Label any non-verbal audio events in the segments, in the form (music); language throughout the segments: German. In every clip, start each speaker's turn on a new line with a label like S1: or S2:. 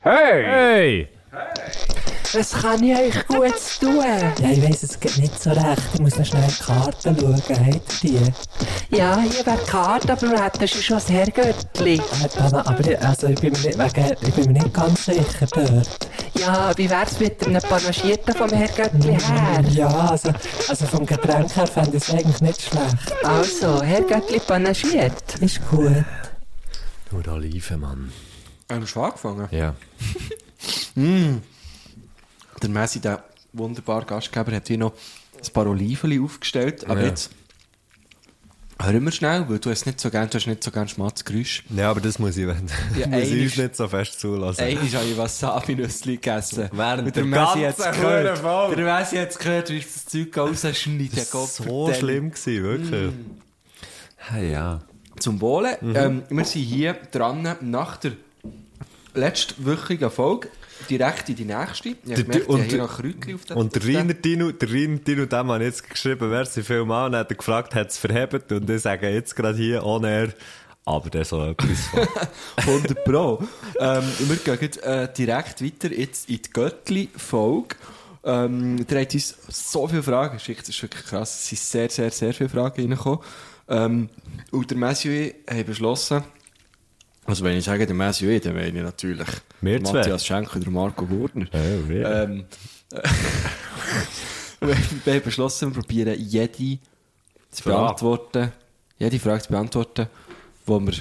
S1: Hey!
S2: Hey!
S3: Das kann ich euch gut tun.
S4: Ja, ich weiss, es geht nicht so recht. Ich muss noch schnell in die Karte schauen. Habt ihr die?
S3: Ja, hier wäre die Karte, aber du hättest schon das Herrgöttli.
S4: Äh, Dana, aber ich, also, ich, bin mir nicht, wegen, ich bin mir nicht ganz sicher dort.
S3: Ja, wie wär's mit einem Panagierten vom Herrgöttli her?
S4: Ja, also, also vom Getränk her fände ich es eigentlich nicht schlecht.
S3: Also, Herrgöttli panagiert.
S4: Ist gut.
S2: Nur Oh, da liefen, Mann.
S5: Haben wir schon angefangen?
S2: Ja.
S5: Der Messi, der wunderbare Gastgeber, hat hier noch ein paar Oliven aufgestellt. Aber
S2: Ja.
S5: jetzt hören wir schnell, weil du es nicht so gern, du hast nicht so gern Schmatzgeräusch.
S2: Ja, aber das muss ich, wenn,
S5: Ja,
S2: (laughs) muss ich
S5: einiges-
S2: uns nicht so fest zulassen.
S5: Eigentlich habe ich Wasabi-Nüssli gegessen.
S2: (laughs) Während
S5: Und
S2: der
S5: der Messi hat
S2: ganzen
S5: es gehört.
S2: Hurenfall.
S5: Der Messi hat es gehört, wie ich das Zeug rausschneide.
S2: das war so schlimm, gewesen, wirklich.
S5: Mm.
S2: Hey, ja.
S5: Zum Wohle.
S2: Mhm.
S5: Ähm, wir sind hier dran nach der letztwöchigen Folge. Direkt in die nächste. Ich habe
S2: Der-
S5: gemerkt, ich
S2: und-
S5: habe hier noch Kräutchen auf der
S2: Und der Rainer Dino, der Rainer Dino, dem habe ich jetzt geschrieben, wer sie viel mal, und hat er gefragt, hat es verhebt, und ich sage jetzt gerade hier, on air, aber der soll etwas
S5: (laughs)
S2: von.
S5: 100 Pro. ähm, wir gehen jetzt, äh, direkt weiter jetzt in die Göttli-Folge. Ähm, der hat uns so viele Fragen geschickt, das ist wirklich krass. Es sind sehr, sehr, sehr viele Fragen reingekommen. Ähm, und der Messi und ich haben beschlossen, also wenn ich sage der Messi und ich, dann meine ich natürlich
S2: Wir zwei.
S5: Matthias Schenk und der Marco Gurtner.
S2: Oh, yeah.
S5: Ähm, (laughs) wir wir haben beschlossen, wir probieren jede zu
S2: Frage.
S5: beantworten, jede Frage zu beantworten, wo wir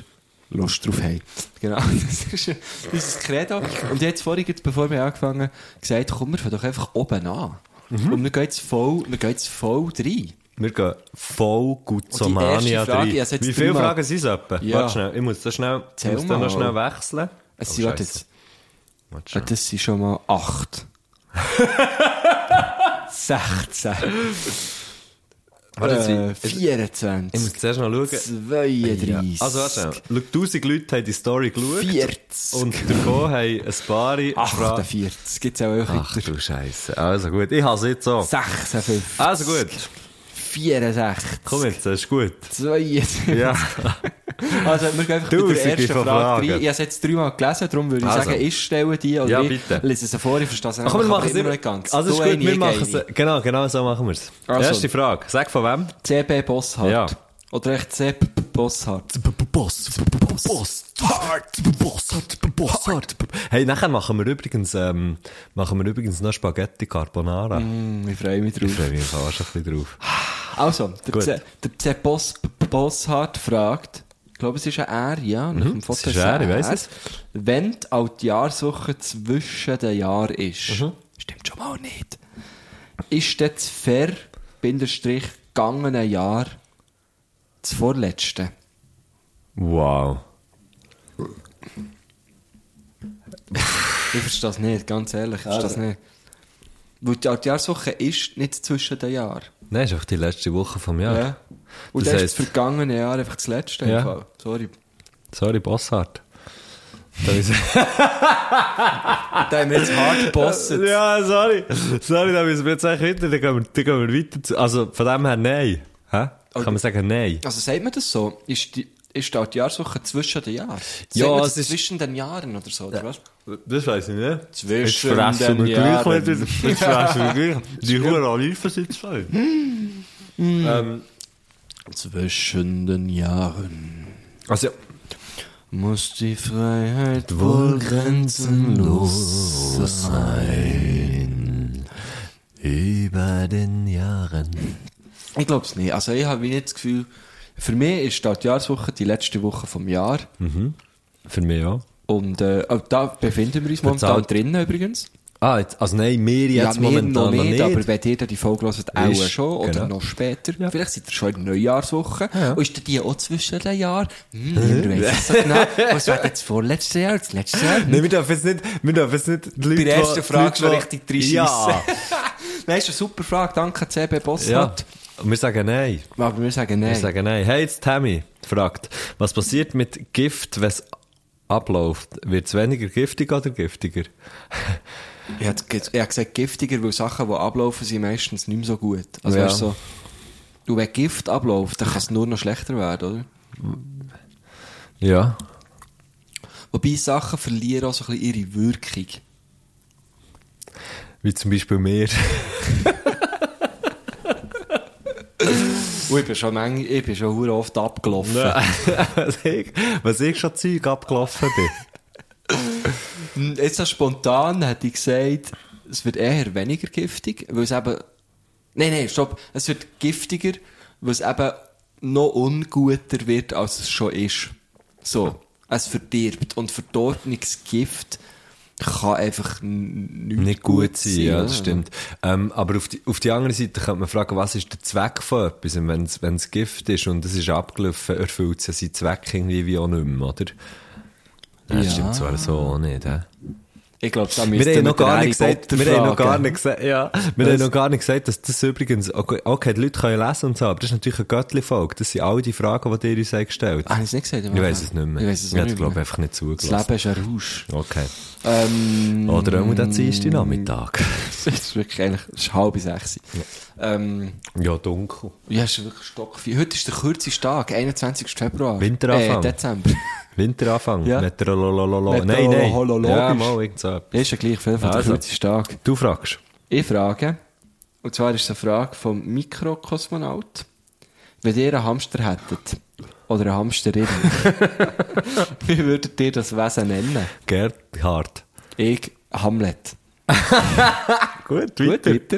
S5: Lust drauf haben. (laughs) Genau, das ist unser Credo. Und jetzt vorhin, jetzt bevor wir angefangen haben, gesagt, komm, wir fangen doch einfach oben an.
S2: Mhm.
S5: Und wir gehen jetzt voll, wir gehen jetzt voll rein.
S2: Wir gehen voll
S5: Und die
S2: Gutzomania
S5: erste Frage,
S2: rein.
S5: ich hab's jetzt
S2: Wie viele
S5: dreimal-
S2: Fragen sind es etwa?
S5: Ja.
S2: Warte schnell, ich muss das schnell, ich
S5: Zähl
S2: muss das
S5: mal.
S2: noch schnell wechseln.
S5: Es
S2: Oh,
S5: sind, warte
S2: Scheiße.
S5: jetzt,
S2: Warte
S5: ah,
S2: schnell.
S5: das sind schon mal
S2: (laughs)
S5: acht. 16,
S2: Warte, jetzt,
S5: äh,
S2: ich- ich- Ich muss
S5: 24,
S2: zuerst noch schauen.
S5: 32.
S2: Also, warte, schau, 1000 Leute haben die Story geschaut.
S5: 40.
S2: Und davon haben ein paar Fragen.
S5: 48. Gibt's auch euch
S2: Ach du Scheiße. Also gut, ich habe es jetzt so.
S5: 56.
S2: Also gut,
S5: 64.
S2: komm jetzt, das ist gut. (laughs)
S5: 72.
S2: Ja.
S5: Also, wir gehen einfach mit der
S2: Tausende
S5: ersten
S2: von
S5: Frage rein.
S2: Fragen.
S5: Ich habe es jetzt dreimal gelesen, darum würde ich
S2: Also.
S5: sagen, ich stelle die. Oder
S2: Ja,
S5: ich
S2: bitte.
S5: Lese sie vor, ich verstehe es
S2: Komm, wir
S5: einfach,
S2: machen es
S5: aber immer
S2: immer.
S5: nicht ganz.
S2: Also ist
S5: Du
S2: gut,
S5: eine,
S2: wir
S5: ich
S2: machen
S5: eine.
S2: es. Genau, genau so machen wir es.
S5: Also.
S2: Erste Frage. Sag von wem?
S5: CB Bosshardt.
S2: Ja.
S5: Oder echt CB Bosshardt.
S2: Boss, Boss, Hart, Boss, Hart, Boss, Hart. Hey, nachher machen wir übrigens, ähm, machen wir übrigens noch Spaghetti Carbonara.
S5: Hm, ich freue mich
S2: Ich
S5: drauf.
S2: freue mich auch schon ein bisschen drauf.
S5: Also, der
S2: Gut.
S5: C, der C Boss, Bosshardt fragt, ich glaube, es ist ein R, ja, nach dem Foto
S2: Mhm, es ist ein R, ich weiss es.
S5: Wenn die alte Jahrsuche zwischen den Jahren ist,
S2: Mhm.
S5: stimmt schon mal nicht, ist dann das fair, Bindestrich, gegangene Jahr das vorletzte?
S2: Wow.
S5: Ich verstehe das nicht, ganz ehrlich, ich verstehe das
S2: Also.
S5: nicht. Weil die alte Jahrsuche ist nicht zwischen den Jahren.
S2: Nein, ist auch die letzte Woche vom Jahr.
S5: Ja.
S2: Das
S5: Und das dann
S2: heisst-
S5: ist das vergangene Jahr einfach das letzte. im
S2: Ja.
S5: Fall. Sorry.
S2: Sorry, Bossart. Da (laughs) ist-
S5: Da haben wir
S2: (laughs)
S5: jetzt hart gebossen.
S2: ja, sorry. Sorry, da müssen wir jetzt eigentlich weiter. Dann gehen wir, dann gehen wir weiter zu. Also, von dem her, nein. Hä? Kann man sagen, nein?
S5: Also sagt man das so? Ist die, ist die Altjahrswoche zwischen den Jahren? Sagt
S2: Ja,
S5: man
S2: es
S5: das
S2: ist-
S5: zwischen den Jahren oder so, oder was?
S2: Das weiß ich nicht.
S5: Zwischen
S2: Jetzt fressen
S5: den
S2: wir gleich
S5: Jahren.
S2: wieder. Jetzt fressen wir gleich. (laughs) Die Huren Oliven sind voll. ähm,
S5: Zwischen den Jahren
S2: also,
S5: muss die Freiheit wohl grenzenlos
S2: über den Jahren.
S5: Ich glaube es nicht. Also ich habe wie nicht das Gefühl, für mich ist die Altjahrswoche die letzte Woche vom Jahr.
S2: Für mich auch.
S5: Und äh, auch da befinden wir uns momentan
S2: Alt-
S5: drinnen übrigens.
S2: Ah, jetzt, also nein, wir jetzt
S5: wir
S2: momentan
S5: noch nicht, aber
S2: nicht.
S5: wenn ihr dann die Folge hört, auch
S2: Ist-
S5: schon oder
S2: genau.
S5: noch später.
S2: Ja.
S5: Vielleicht seid ihr schon in der Neujahrswoche.
S2: Ja.
S5: Und ist dann die auch zwischen den Jahren? Hm, niemand weiss es so
S2: (laughs)
S5: genau. Was war denn das vorletzte Jahr, das letzte Jahr?
S2: Nein, wir dürfen jetzt nicht, wir dürfen jetzt nicht die Leute,
S5: Bei der ersten
S2: die-
S5: Frage
S2: die-
S5: schon richtig
S2: die- Ja,
S5: (laughs) Nein, ist eine super Frage. Danke, CB Boss.
S2: ja. Und wir sagen nein.
S5: Aber wir sagen nein.
S2: Wir sagen nein. Hey, jetzt Tammy fragt, was passiert mit Gift, wenn es abläuft? Wird es weniger giftig oder giftiger?
S5: ich habe gesagt, giftiger, weil Sachen, die ablaufen, sind meistens nicht mehr so gut. Also
S2: Ja.
S5: weißt du, so, du, wenn Gift abläuft, dann kann es nur noch schlechter werden, oder?
S2: Ja.
S5: Wobei Sachen verlieren auch so ein bisschen ihre Wirkung.
S2: Wie zum Beispiel mir.
S5: Und ich bin schon, manchmal, ich bin schon verdammt oft
S2: (laughs)
S5: abgelaufen.
S2: was, ich, was ich schon Zeug abgelaufen bin.
S5: Hm, Jetzt so spontan hätte ich gesagt, es wird eher weniger giftig, weil es eben... Nein, nein, stopp. Es wird giftiger, weil es eben noch unguter wird, als es schon ist. So. Es verdirbt. Und verdorbenes Gift kann einfach n- nicht,
S2: Nicht gut sein, ja, das
S5: oder?
S2: stimmt. Ähm, aber auf die, auf die andere Seite könnte man fragen, was ist der Zweck von etwas? Und wenn's wenn's Gift ist und es ist abgelaufen, erfüllt es ja seinen Zweck irgendwie wie auch nicht mehr, oder? Nein, Das
S5: Ja.
S2: stimmt zwar so auch nicht, hä?
S5: Ich glaube, da
S2: Wir
S5: müsste
S2: haben noch gar nicht gesagt, wir haben noch gar nicht gesagt, ja. Wir
S5: Was?
S2: haben noch gar nicht gesagt, dass das übrigens, okay, okay die Leute können ja lesen und so, aber das ist natürlich eine Göttli-Folge. Das sind all die Fragen, die ihr uns habt gestellt
S5: Ah, habe ich es nicht gesagt?
S2: Ich weiss es nicht mehr.
S5: Ich weiß es
S2: Ich
S5: auch
S2: hab's,
S5: nicht
S2: glaub,
S5: mehr.
S2: einfach nicht
S5: Das
S2: zugelassen.
S5: Leben ist ein Rausch.
S2: Okay.
S5: Ähm,
S2: Oder auch der Dienstag Nachmittag.
S5: (laughs) Das ist wirklich eigentlich, das ist halb sechs. Ja. Ähm,
S2: Ja, dunkel.
S5: ja, es ist wirklich stockviel. Heute ist der kürzeste Tag, 21. Februar.
S2: Winteranfang.
S5: Äh,
S2: (laughs)
S5: Dezember.
S2: Winteranfang.
S5: Ja.
S2: Meteorololo. Nein, nein.
S5: Meteorologisch.
S2: Ja, mal irgend so.
S5: Ja, ist ja gleich viel von
S2: Also.
S5: der kürzeste Tag.
S2: Du fragst.
S5: Ich frage, und zwar ist es eine Frage vom Mikrokosmonaut. Wenn ihr einen Hamster hättet, oder eine
S2: (laughs)
S5: Hamsterin, (laughs) wie würdet ihr das Wesen nennen?
S2: Gerhard.
S5: Ich, Hamlet.
S2: Gut,
S5: Gut,
S2: weiter. (laughs)
S5: weiter.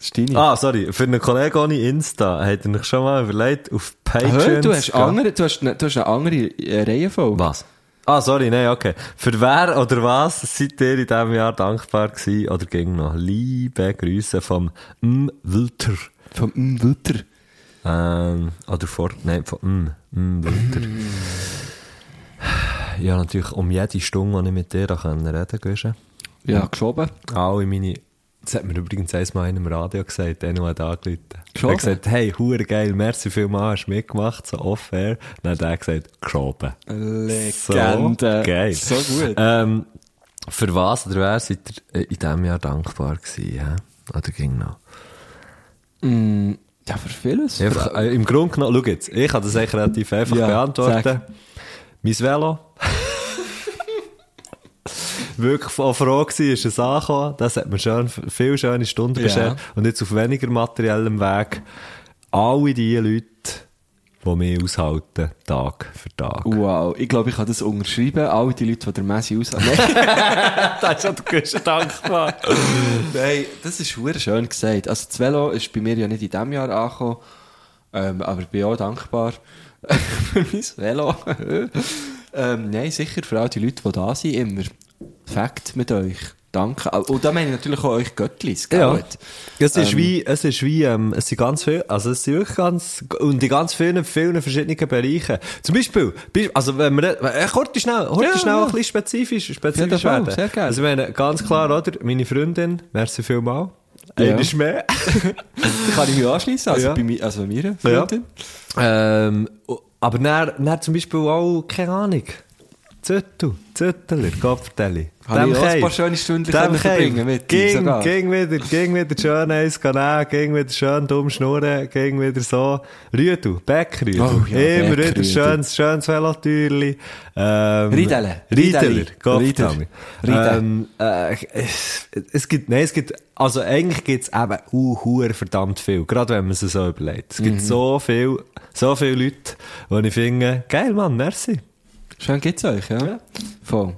S5: Stini.
S2: Ah, sorry. Für einen Kollegen ohne Insta hat er sich schon mal überlegt, auf Patreon
S5: Hör, du,
S2: zu
S5: hast
S2: gehen.
S5: andere, du, hast, ne- du hast eine andere äh, Reihenfolge.
S2: Was? Ah, sorry, nein, okay. Für wer oder was seid ihr in diesem Jahr dankbar gewesen oder ging noch? Liebe Grüße vom M. Wilter.
S5: Vom M. Wütter.
S2: Ähm, oder vor, nein, von M. M. Wilter. ja, natürlich um jede Stunde, die ich mit dir reden konnte, Guschen.
S5: Ja, geschoben.
S2: Alle meine, das hat mir übrigens einmal in einem Radio gesagt, der noch hat angerufen. Er
S5: Geschoben?
S2: hat gesagt, hey, hure geil, merci vielmals, hast mitgemacht, so off-air. Dann hat er gesagt, geschoben.
S5: Äh, Legende.
S2: So geil.
S5: So gut.
S2: Ähm, für was oder wer seid ihr äh, in diesem Jahr dankbar gewesen? hä? Oder ging noch?
S5: Mm, ja, für vieles.
S2: Ja,
S5: Für-
S2: äh, Im Grunde genommen, schau jetzt, ich kann das eigentlich relativ einfach
S5: Ja,
S2: beantworten.
S5: sag.
S2: Mein Velo. (laughs) Wirklich auch froh gewesen, ist es angekommen. Das hat mir schön, viele schöne Stunden
S5: Ja.
S2: beschert. Und jetzt auf weniger materiellem Weg alle die Leute, die mich aushalten, Tag für Tag. (laughs)
S5: Wow, ich glaube, ich kann das unterschreiben. All die Leute, die der Messi aussagen. Nein,
S2: das ist ja der größte Also, Dankbar.
S5: Nein, das ist hure schön gesagt. Also, das Velo ist bei mir ja nicht in diesem Jahr angekommen. Ähm, aber ich bin auch dankbar (laughs) für mein Velo. (laughs) ähm, nein, sicher für all die Leute, die da sind, immer. Fakt mit euch. Danke. Und da meine ich natürlich auch euch Göttlis, gell?
S2: Ja. Es ist wie, es ist wie, ähm, es sind ganz viel, also es sind wirklich ganz, und in ganz vielen, vielen verschiedenen Bereichen. Zum Beispiel, bi- also wenn wir, äh, kurz schnell, kurz
S5: Ja,
S2: schnell
S5: ja.
S2: ein bisschen spezifisch,
S5: jeden
S2: spezifisch
S5: Fall,
S2: werden.
S5: sehr gerne.
S2: Also wenn, ganz klar, oder? Meine Freundin, merci vielmal.
S5: Ja.
S2: Einmal mehr.
S5: Da kann ich mich anschließen. Also,
S2: Ja.
S5: bei mir, also mir,
S2: Ja.
S5: Freundin.
S2: ähm, aber dann, dann zum Beispiel auch, keine Ahnung, Zöttel, Zötteler, Kopftelli.
S5: Habe ich auch ein
S2: Keim.
S5: paar schöne Stunden
S2: Dem
S5: können verbringen mit dir
S2: ging,
S5: sogar.
S2: ging wieder, ging wieder schön eins gehen nehmen, ging wieder schön dumm schnurren, ging wieder so. Rüdu, Bäckrüdu.
S5: Oh ja,
S2: Immer wieder
S5: Bäckrüdu.
S2: schönes, schönes Velotürli. Ähm,
S5: Riedele.
S2: Riedeler,
S5: Riedeli. Riedel.
S2: Gottverdammt.
S5: Riedel.
S2: Ähm, äh, es, es gibt, nein, es gibt, also eigentlich gibt es eben uh, huere verdammt viel, gerade wenn man es so überlegt. Es gibt so viel, so viele Leute, die ich finde, geil Mann, merci.
S5: Schön geht's euch, ja? Voll.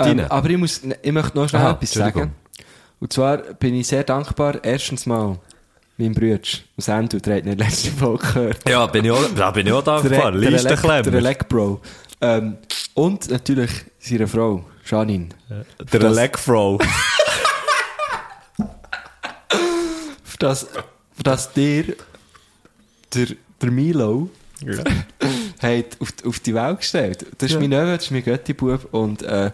S5: Ähm,
S2: Deine?
S5: aber ich, muss, ich möchte noch schnell
S2: Aha,
S5: etwas
S2: Entschuldigung.
S5: sagen. Und zwar bin ich sehr dankbar, erstens mal, meinem Bruder, aus Endu, der hat nicht letzte Folge gehört.
S2: Ja, bin ich auch, da bin ich auch dankbar.
S5: der Elek- der
S2: Listenklemmer.
S5: Elek Bro. Ähm, und natürlich seiner Frau, Janine.
S2: Der (laughs) Electro.
S5: Für das, für das dir, der, der Milo, (laughs) hat auf, die- auf die Welt gestellt. Das ist mein Neffe, das ist mein Göttibub und äh,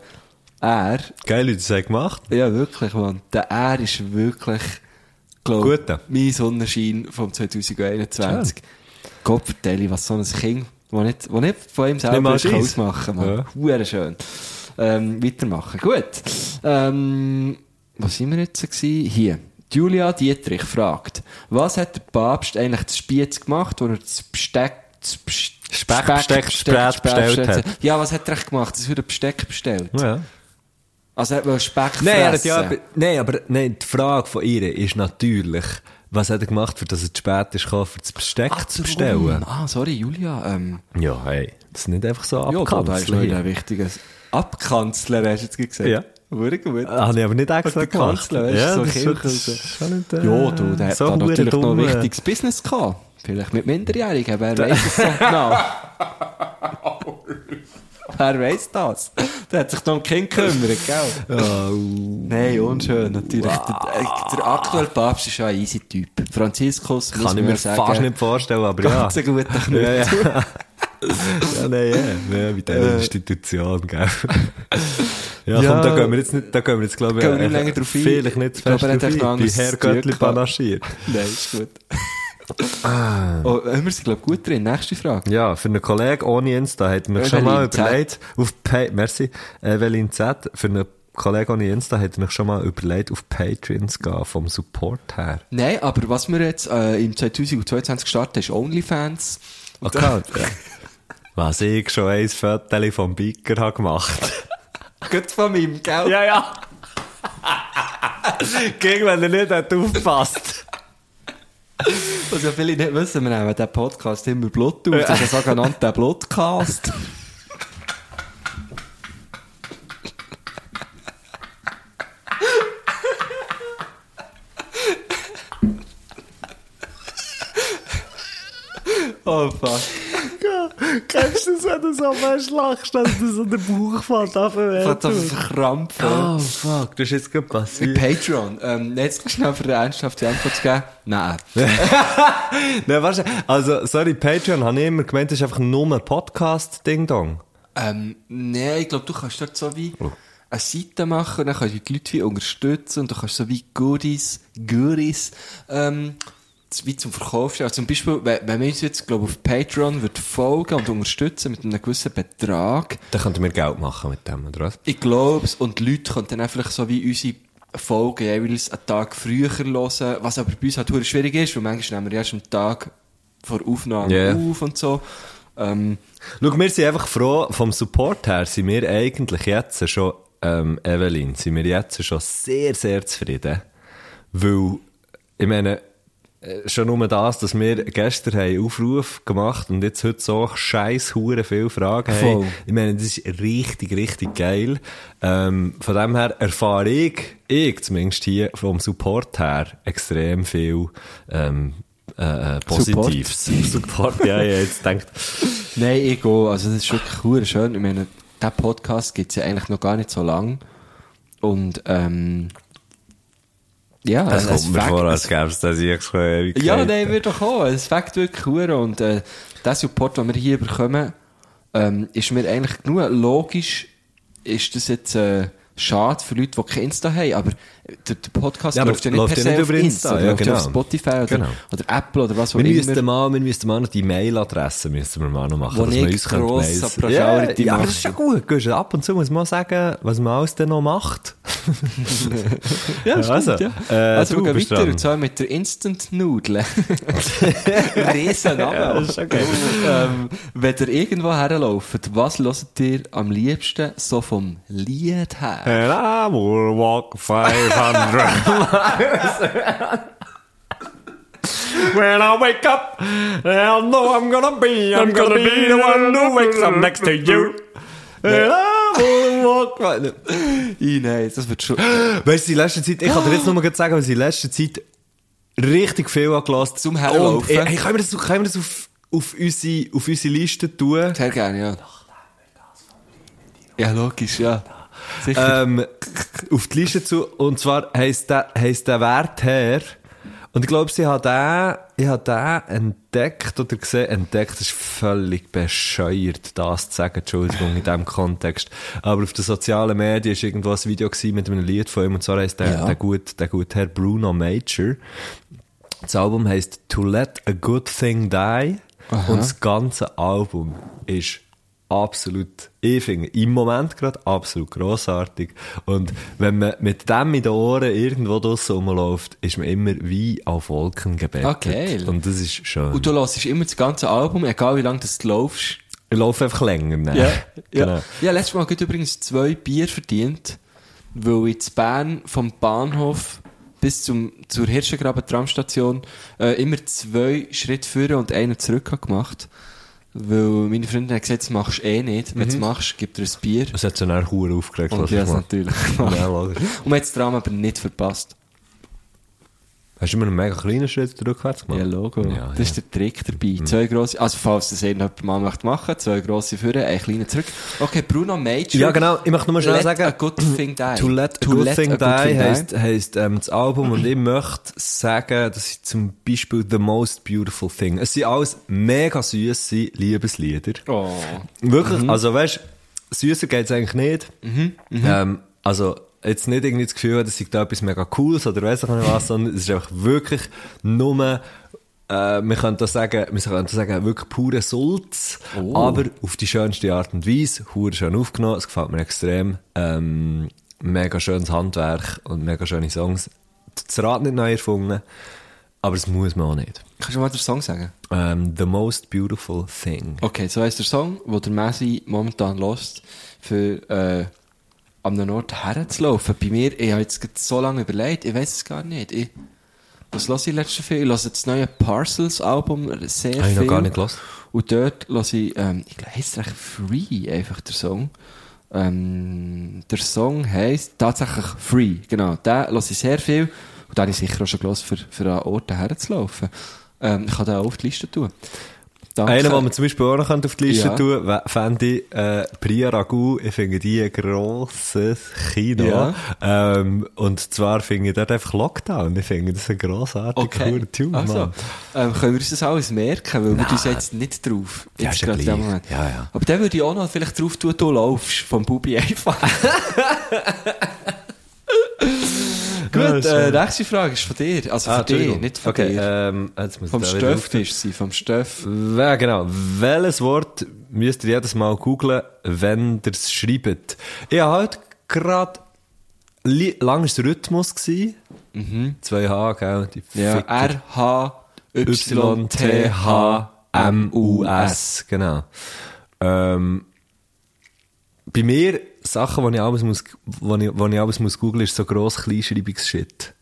S5: er,
S2: Geil, Leute, das haben gemacht.
S5: Ja, wirklich, Mann. Der R ist wirklich, glaub,
S2: Guter.
S5: mein Sonnenschein vom 2021. Gott vertelle, was so ein Kind, wo nicht, wo nicht von ihm
S2: Nicht mal
S5: selber ist, kann
S2: deins.
S5: ausmachen kann.
S2: Ja.
S5: Huere schön. Ähm, weitermachen. Gut. Ähm, wo sind wir jetzt gewesen? Hier. Julia Dietrich fragt, was hat der Papst eigentlich zu Spiez gemacht, wo er das Besteck, das Best-
S2: Speck, Besteck, Brät bestellt
S5: Besteck- Ja, was hat er echt gemacht? Es wird ein Besteck bestellt.
S2: Ja.
S5: Also er wollte Speck
S2: Nein, er hat
S5: fressen.
S2: ja, aber, nein, aber nein, die Frage von ihr ist natürlich, was hat er gemacht, für dass er zu spät ist, gekommen, für das Besteck
S5: Ach,
S2: zu
S5: zu
S2: bestellen?
S5: Ah, sorry, Julia. Ähm,
S2: Ja, hey, das ist nicht einfach so
S5: ja, da ist noch
S2: abkanzeln.
S5: ein wichtiges Abkanzeln, hast du jetzt gesagt.
S2: Ja.
S5: Wurde gut.
S2: Ah, Habe ich aber nicht extra
S5: Der
S2: gemacht.
S5: Kanzler, weißt du, so
S2: das ist
S5: Kirche
S2: wirklich-
S5: und
S2: ist schon nicht, äh,
S5: Ja, du, der hat da
S2: verdammt
S5: natürlich noch ein
S2: dumm, äh,
S5: wichtiges Business gehabt. Vielleicht mit Minderjährigen, wer weiß es denn genau?
S2: (laughs)
S5: wer weiß das? Der hat sich noch um Kind gekümmert, gell? Nein, unschön, natürlich. Der, äh, der aktuelle Papst ist ja ein easy Typ. Franziskus, muss
S2: Kann ich
S5: man
S2: mir
S5: sagen.
S2: fast nicht vorstellen, aber ja.
S5: Ganz ein guter Knüppel.
S2: Ja, ja.
S5: (laughs)
S2: ja, nein, ja. ja mit dieser Institution, gell. Ja,
S5: Äh. Ja.
S2: komm, da gehen wir jetzt nicht, da gehen wir jetzt, glaube ich,
S5: Gehen wir nicht
S2: äh,
S5: länger drauf ein.
S2: vielleicht nicht zu
S5: Ich glaube,
S2: fest
S5: er hat
S2: drauf
S5: echt noch
S2: ein. Bei
S5: anderes
S2: Herr
S5: zu
S2: Göttli
S5: tun gehabt.
S2: panaschiert.
S5: Nein, ist gut. oh, äh, wir sind, glaube ich, gut drin. Nächste Frage.
S2: Ja, für einen Kollegen ohne Insta hätte ich mir
S5: Evelyn
S2: schon mal
S5: Z.
S2: überlegt, auf Pa- Merci, Evelyn Z, für einen Kollegen ohne Insta hätte ich mir schon mal überlegt, auf Patreon zu gehen, vom Support her.
S5: Nein, aber was wir jetzt äh, im 2022 gestartet haben, ist OnlyFans. Und
S2: Account, (laughs) ja. Was ich schon ein Foto vom Biker habe (laughs) gemacht.
S5: Gut von meinem, gell?
S2: ja, ja. Gegen wenn er nicht hat aufpasst.
S5: Was ja viele nicht wissen, wir nehmen diesen Podcast immer Blut auf. Das ist ein sogenannter Blutcast. oh fuck.
S2: (laughs) Kennst du das, wenn du so fest lachst, dass du so den Bauch fällt auf den
S5: Ich hab das verkrampfen.
S2: Oh fuck, das ist jetzt gerade passiert.
S5: Patreon. Ähm, jetzt schnell für eine ernsthafte Antwort zu geben. Nein.
S2: Nein, weißt du, also, sorry, Patreon habe ich immer gemeint, das ist einfach nur ein Podcast-Ding-Dong.
S5: Ähm, nee, ich glaube, du kannst dort so wie eine Seite machen, dann kannst du die Leute wie unterstützen und du kannst so wie Goodies, Goodies, ähm, z- wie zum Verkauf stellen. Also zum Beispiel, wenn, wenn wir uns jetzt, glaube auf Patreon wird folgen und unterstützen mit einem gewissen Betrag,
S2: Da könnten wir Geld machen mit dem, oder was?
S5: ich glaube und die Leute können dann einfach so wie unsere Folgen jeweils einen Tag früher hören, was aber bei uns halt verdammt schwierig ist, weil manchmal nehmen wir erst am Tag vor Aufnahme
S2: Yeah.
S5: auf und so. Ähm,
S2: Schau, wir sind einfach froh, vom Support her sind wir eigentlich jetzt schon, ähm, Evelyn, sind wir jetzt schon sehr, sehr zufrieden. Weil, ich meine, äh, schon nur das, dass wir gestern haben einen Aufruf gemacht und jetzt heute so scheiß Huren viele Fragen
S5: Voll.
S2: haben. Ich meine, das ist richtig, richtig geil. Ähm, von dem her erfahre ich, ich zumindest hier vom Support her extrem viel ähm, äh, äh, Positives. (laughs) Support. ja, ja, jetzt denkt.
S5: Nein, ich auch. Also, das ist wirklich cool, schön. Ich meine, diesen Podcast gibt es ja eigentlich noch gar nicht so lange. Und, ähm, ja,
S2: Das
S5: es
S2: kommt mir
S5: fängt-
S2: vor, als gäbe es das ich schon ewig
S5: Also, Ja,
S2: gesagt.
S5: nein, wird doch auch. Es fängt wirklich cool. Und, äh, der Support, den wir hier bekommen, ähm, ist mir eigentlich genug. Logisch ist das jetzt, äh, Schade für Leute, die kein Insta haben, aber äh, der, der Podcast
S2: Ja, aber
S5: läuft ja nicht
S2: läuft
S5: per
S2: ja
S5: se
S2: nicht
S5: auf
S2: über Insta,
S5: Insta,
S2: ja,
S5: läuft ja auf
S2: genau.
S5: Spotify oder,
S2: Genau.
S5: oder Apple oder was auch
S2: Wir
S5: immer.
S2: müssten, mal, wir müssten mal noch die Mailadresse müssten wir mal noch machen.
S5: Wo
S2: dass
S5: ich
S2: man uns könnte
S5: gross
S2: mailen.
S5: Applaus
S2: Ja,
S5: auch richtig
S2: ja, aber das
S5: machen.
S2: ist schon gut. Gehst du also ab und zu muss man auch sagen, was man alles denn noch macht.
S5: (laughs)
S2: (laughs)
S5: Ja,
S2: Also,
S5: stimmt, ja.
S2: äh,
S5: also
S2: du
S5: wir gehen
S2: bist
S5: weiter,
S2: dran.
S5: und zwar mit der Instant-Nudel. (laughs) Riesen
S2: Ja,
S5: Name.
S2: das ist okay.
S5: ähm, wenn ihr irgendwo herlauft, was hört ihr am liebsten so vom Lied her?
S2: And I will walk 500 (laughs) miles. When I wake up, I know I'm gonna be, I'm gonna be the one who wakes up next to you. And I will walk 500
S5: Ih, nein, das wird schon... (gasps)
S2: Weißt du, in letzter Zeit, ich kann dir jetzt nur gerade sagen, was ich in letzter Zeit richtig viel angelassen
S5: Zum Herlaufen.
S2: Und, Ey, hey, können wir das, können wir das auf, auf, unsere, auf unsere Liste tun?
S5: Sehr gerne, ja. Ja, logisch, ja. Sicher.
S2: ähm, auf die Liste zu. Und zwar heisst der, heisst der Wert her. Und ich glaube, sie hat den, ich habe den entdeckt oder gesehen. Entdeckt das ist völlig bescheuert, das zu sagen. Entschuldigung, in diesem Kontext. Aber auf den sozialen Medien war irgendwo ein Video gewesen mit einem Lied von ihm. Und zwar heisst der,
S5: Ja.
S2: der, gut, der gute Herr Bruno Major. Das Album heisst To Let a Good Thing Die. Und das ganze Album ist absolut, ich finde, im Moment gerade absolut grossartig. Und wenn man mit dem in den Ohren irgendwo draussen rumläuft, ist man immer wie auf Wolken gebettet.
S5: Ah, geil.
S2: Und das ist schön.
S5: Und du hörst immer das ganze Album, egal wie lange das du laufst.
S2: ich laufe einfach länger. ne? (laughs)
S5: ja.
S2: Genau.
S5: ja, letztes Mal habe ich übrigens zwei Bier verdient, weil ich in Bern vom Bahnhof bis zum, zur Hirschengraben Tramstation äh, immer zwei Schritte führen und einen zurück habe gemacht Weil meine Freundin hat gesagt, das machst du eh nicht. Wenn du es machst, gibt dir ein Bier.
S2: Das Genau. hat so eine Hure aufgeregt.
S5: Und
S2: was
S5: ich
S2: ich
S5: habe es
S2: mache.
S5: natürlich gemacht.
S2: Ja, logisch.
S5: Und man hat das Drama aber nicht verpasst.
S2: Hast du immer einen mega kleinen Schritt rückwärts gemacht?
S5: Ja, Logo.
S2: Ja,
S5: das
S2: ja. Mm.
S5: ist der Trick dabei. Zwei grosse, also falls das irgendjemand mal möchte machen, zwei grosse Führer, einen kleinen zurück. Okay, Bruno Major.
S2: Ja, genau. Ich möchte nur schnell
S5: Let
S2: sagen,
S5: a good thing die.
S2: To Let a
S5: To
S2: Good
S5: let
S2: Thing
S5: a good
S2: Die
S5: thing
S2: heisst, heisst ähm, das Album und ich möchte sagen, dass ich zum Beispiel The Most Beautiful Thing, es sind alles mega süße Liebeslieder.
S5: Oh.
S2: Wirklich, also weißt süßer geht es eigentlich nicht. Ähm, also jetzt nicht irgendwie das Gefühl, dass ich da etwas mega cooles oder weiss ich nicht was, sondern es ist einfach wirklich nur, äh, wir können da sagen, wir können da sagen, wirklich pure Sulz, aber auf die schönste Art und Weise, hure schön aufgenommen, es gefällt mir extrem, ähm, mega schönes Handwerk und mega schöne Songs. Das Rad nicht neu erfunden, aber das muss man auch nicht.
S5: Kannst du mal den Song sagen?
S2: Ähm, the most beautiful thing.
S5: Okay, so heisst der Song, wo der Messi momentan lost, für äh, an einem Ort herzulaufen. Bei mir, ich habe jetzt gerade so lange überlegt, ich weiß es gar nicht. Ich, was lasse ich letzte viel? Ich lasse das neue Parcels-Album sehr
S2: Habe
S5: viel.
S2: ich noch gar nicht gehört.
S5: Und dort lasse ich, ähm, ich glaube, heisst recht Free, einfach der Song. Ähm, der Song heisst tatsächlich Free, genau. Den lasse ich sehr viel. Und den habe ich sicher auch schon gehört, für, für an Orten herzulaufen. Ähm, ich kann den auch auf die Liste tun. Danke.
S2: Einen, den wir zum Beispiel auch noch auf die Liste
S5: Ja.
S2: tun könnten, fände ich äh, Priya Ragu. Ich finde die ein grosses Kino.
S5: Ja.
S2: Ähm, und zwar finde ich dort einfach Lockdown. Ich finde das ein grossartig cooler Tune,
S5: also,
S2: Mann.
S5: ähm, können wir uns das alles merken, weil wir uns jetzt nicht drauf.
S2: Nou, Ja,
S5: Jetzt
S2: ist ja
S5: gerade in dem
S2: gleich.
S5: Moment.
S2: Ja, ja.
S5: Aber dann würde ich auch noch vielleicht drauf tun, du laufst vom
S2: (laughs)
S5: Bubi einfach.
S2: Ja,
S5: Gut,
S2: ist
S5: äh,
S2: schön.
S5: nächste Frage ist von dir. Also von dir,
S2: Ah, Entschuldigung.
S5: nicht von
S2: okay,
S5: dir.
S2: Ähm, jetzt muss
S5: vom
S2: ich da wieder
S5: Stöff ist sie, vom Stöff.
S2: aufhören. Ja, genau. Welches Wort müsst ihr jedes Mal googlen, wenn ihr es schreibt? Ich habe heute gerade li- lang ist der Rhythmus. Gewesen. Zwei H, gell? Die
S5: Mhm. Ja,
S2: Ficker.
S5: R-H-Y-T-H-M-U-S.
S2: Y-T-H-M-U-S, genau. Ähm, bei mir, Sachen, die ich alles muss, wo ich, wo ich alles muss googlen, ist so gross Kleinschreibungs-Shit.